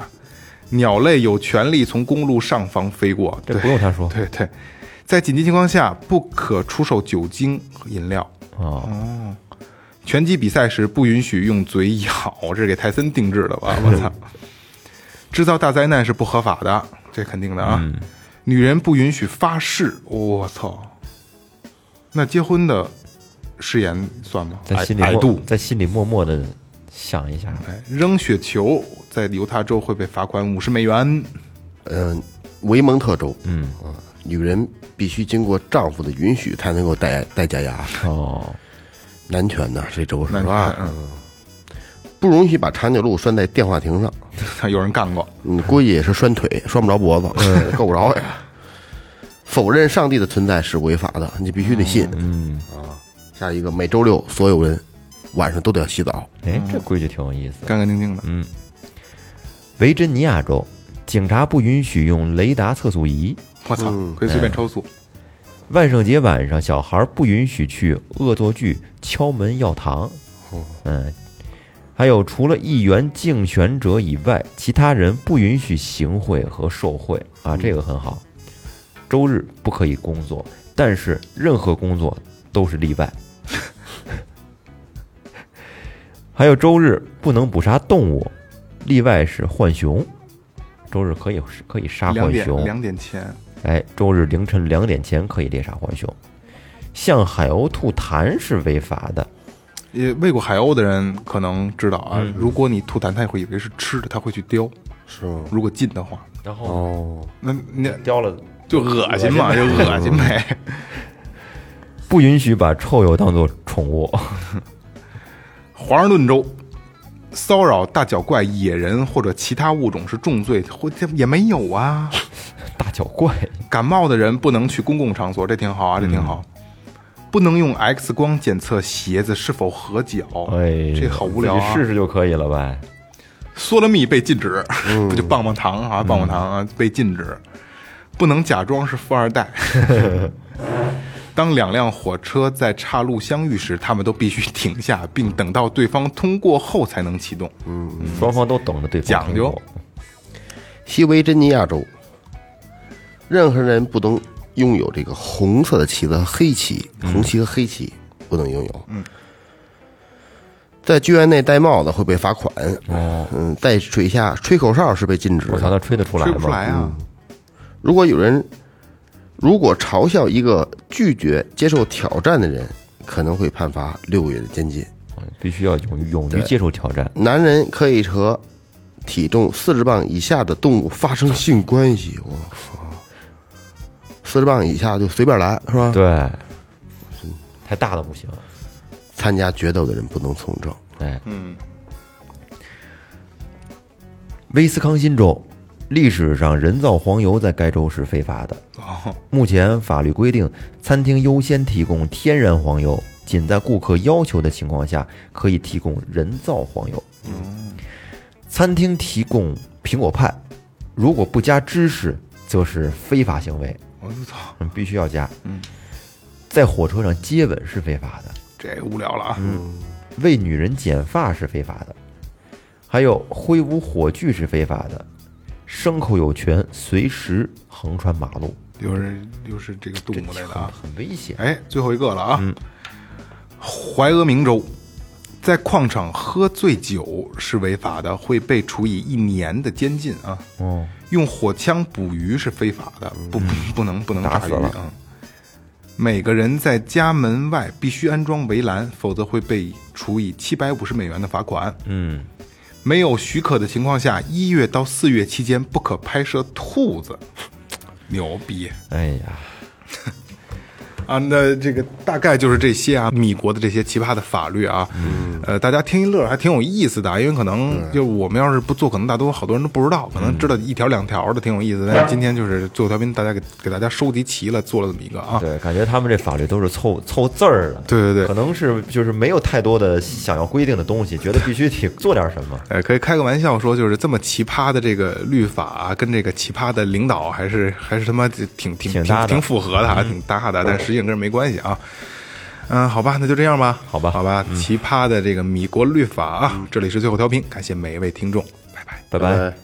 Speaker 3: 鸟类有权利从公路上方飞过，
Speaker 1: 这
Speaker 3: 对
Speaker 1: 不用他说
Speaker 3: 对对，在紧急情况下不可出售酒精和饮料。
Speaker 1: 哦，
Speaker 3: 拳击比赛时不允许用嘴咬，这是给泰森定制 的吧？我操！制造大灾难是不合法的，这肯定的啊。
Speaker 1: 嗯
Speaker 3: 女人不允许发誓，我操！那结婚的誓言算吗？
Speaker 1: 在心里
Speaker 3: 矮矮
Speaker 1: 默
Speaker 3: 度，
Speaker 1: 在心里默默的想一下，
Speaker 3: 哎，扔雪球在犹他州会被罚款五十美元。
Speaker 4: 嗯、维蒙特州，嗯啊，女人必须经过丈夫的允许才能够戴戴假 牙，
Speaker 1: 哦，
Speaker 4: 男权呢，这州是
Speaker 3: 那你看嗯
Speaker 4: 吧？，不容许把长颈鹿拴在电话亭上，
Speaker 3: 嗯， 有人干过，
Speaker 4: 嗯，估计也是拴腿，拴不着脖子， 够不着呀。否认上帝的存在是违法的，你必须得信。嗯啊，下一个每周六所有人晚上都得要洗澡，
Speaker 1: 哎，
Speaker 3: 嗯
Speaker 1: 这规矩挺有意思。
Speaker 3: 干干净净的。
Speaker 1: 嗯维珍尼亚州警察不允许用雷达测速仪，
Speaker 3: 我操，
Speaker 4: 嗯
Speaker 3: 可以随便
Speaker 1: 哎
Speaker 3: 超速。
Speaker 1: 万圣节晚上小孩不允许去恶作剧敲门要糖。
Speaker 3: 哦
Speaker 1: 嗯，还有除了议员竞选者以外，其他人不允许行贿和受贿
Speaker 3: 嗯
Speaker 1: 啊，这个很好。周日不可以工作，但是任何工作都是例外。 还有周日不能捕杀动物，例外是浣熊。周日可以可以杀
Speaker 3: 两
Speaker 1: 浣
Speaker 3: 点
Speaker 1: 熊，
Speaker 3: 两点前，
Speaker 1: 哎，周日凌晨两点前可以猎杀浣熊。向海鸥吐痰是违法的，
Speaker 3: 也喂过海鸥的人可能知道啊，
Speaker 1: 嗯
Speaker 3: 如果你吐痰，他也会以为是吃的，他会去叼。
Speaker 4: 是吗？
Speaker 3: 如果近的话，
Speaker 1: 然后
Speaker 4: 哦，
Speaker 3: 那那
Speaker 1: 叼了
Speaker 3: 就恶心 嘛，就恶心呗。
Speaker 1: 不允许把臭鼬当做宠物。
Speaker 3: 华盛顿州骚扰大脚怪、野人或者其他物种是重罪，或这也没有啊。
Speaker 1: 大脚怪，
Speaker 3: 感冒的人不能去公共场所，这挺好啊，这挺好。不能用 X 光检测鞋子是否合脚，
Speaker 1: 哎，
Speaker 3: 这好无聊啊！
Speaker 1: 自己试试就可以了呗。
Speaker 3: 缩了蜜被禁止，
Speaker 1: 嗯
Speaker 3: 不就棒棒糖啊，棒棒糖啊被禁止，不能假装是富二 代。当两辆火车在岔路相遇时，他们都必须停下，并等到对方通过后才能启动。
Speaker 1: 双方都等着对方
Speaker 3: 嗯讲究
Speaker 1: 通过
Speaker 4: 西维珍尼亚州，任何人不能拥有这个红色的旗子和黑旗，红旗和黑旗不能拥有。嗯，在剧院内戴帽子会被罚款。哦，嗯，在水下吹口哨是被禁止
Speaker 1: 我
Speaker 4: 的
Speaker 1: 瞧。他吹得出来
Speaker 3: 吹
Speaker 1: 吗？
Speaker 3: 不出来啊！
Speaker 4: 如果有人如果嘲笑一个拒绝接受挑战的人，可能会判罚六个月的监禁。
Speaker 1: 必须要勇勇于接受挑战。
Speaker 4: 男人可以和体重四十磅以下的动物发生性关系。我操，四十磅以下就随便来
Speaker 3: 嗯
Speaker 4: 是吧？
Speaker 1: 对，太大的不行。
Speaker 4: 参加决斗的人不能从政。
Speaker 1: 哎，嗯，威斯康辛州历史上人造黄油在该州是非法的。
Speaker 3: 哦
Speaker 1: 目前法律规定，餐厅优先提供天然黄油，仅在顾客要求的情况下可以提供人造黄油。餐厅提供苹果派，如果不加芝士，则是非法行为。
Speaker 3: 我操，
Speaker 1: 嗯，必须要加。嗯，在火车上接吻是非法的。
Speaker 3: 这无聊了啊！
Speaker 1: 嗯为女人剪发是非法的，还有挥舞火炬是非法的，牲口有权随时横穿马路，
Speaker 3: 又是又是这个动物类的啊！
Speaker 1: 很危险。
Speaker 3: 哎，最后一个了啊！
Speaker 1: 嗯
Speaker 3: 怀俄明州，在矿场喝醉酒是违法的，会被处以一年的监禁啊！
Speaker 1: 哦，嗯
Speaker 3: 用火枪捕鱼是非法的，不不不能不能
Speaker 1: 打
Speaker 3: 炸
Speaker 1: 死
Speaker 3: 鱼
Speaker 1: 了
Speaker 3: 啊！每个人在家门外必须安装围栏，否则会被处以七百五十美元的罚款。
Speaker 1: 嗯，
Speaker 3: 没有许可的情况下，一月到四月期间不可拍摄兔子。牛逼！
Speaker 1: 哎呀，
Speaker 3: 啊，那这个大概就是这些啊，米国的这些奇葩的法律啊，呃，大家听一乐还挺有意思的啊，因为可能就我们要是不做，可能大多好多人都不知道，可能知道一条两条的挺有意思，但是今天就是最后调频，大家给给大家收集齐了，做了这么一个啊，
Speaker 1: 对，感觉他们这法律都是凑凑字儿的。
Speaker 3: 对对对
Speaker 1: 可能是就是没有太多的想要规定的东西，觉得必须得做点什么。
Speaker 3: 呃，可以开个玩笑说，就是这么奇葩的这个律法、啊、跟这个奇葩的领导，还是还是他妈挺挺
Speaker 1: 挺
Speaker 3: 挺
Speaker 1: 搭的嗯
Speaker 3: 挺符合的啊，挺搭的，但实际上跟人没关系啊。嗯，好吧，那就这样吧。
Speaker 1: 好吧嗯
Speaker 3: 好吧，奇葩的这个米国律法啊，这里是最后调频，感谢每一位听众，拜拜。
Speaker 1: 拜拜。
Speaker 4: 拜拜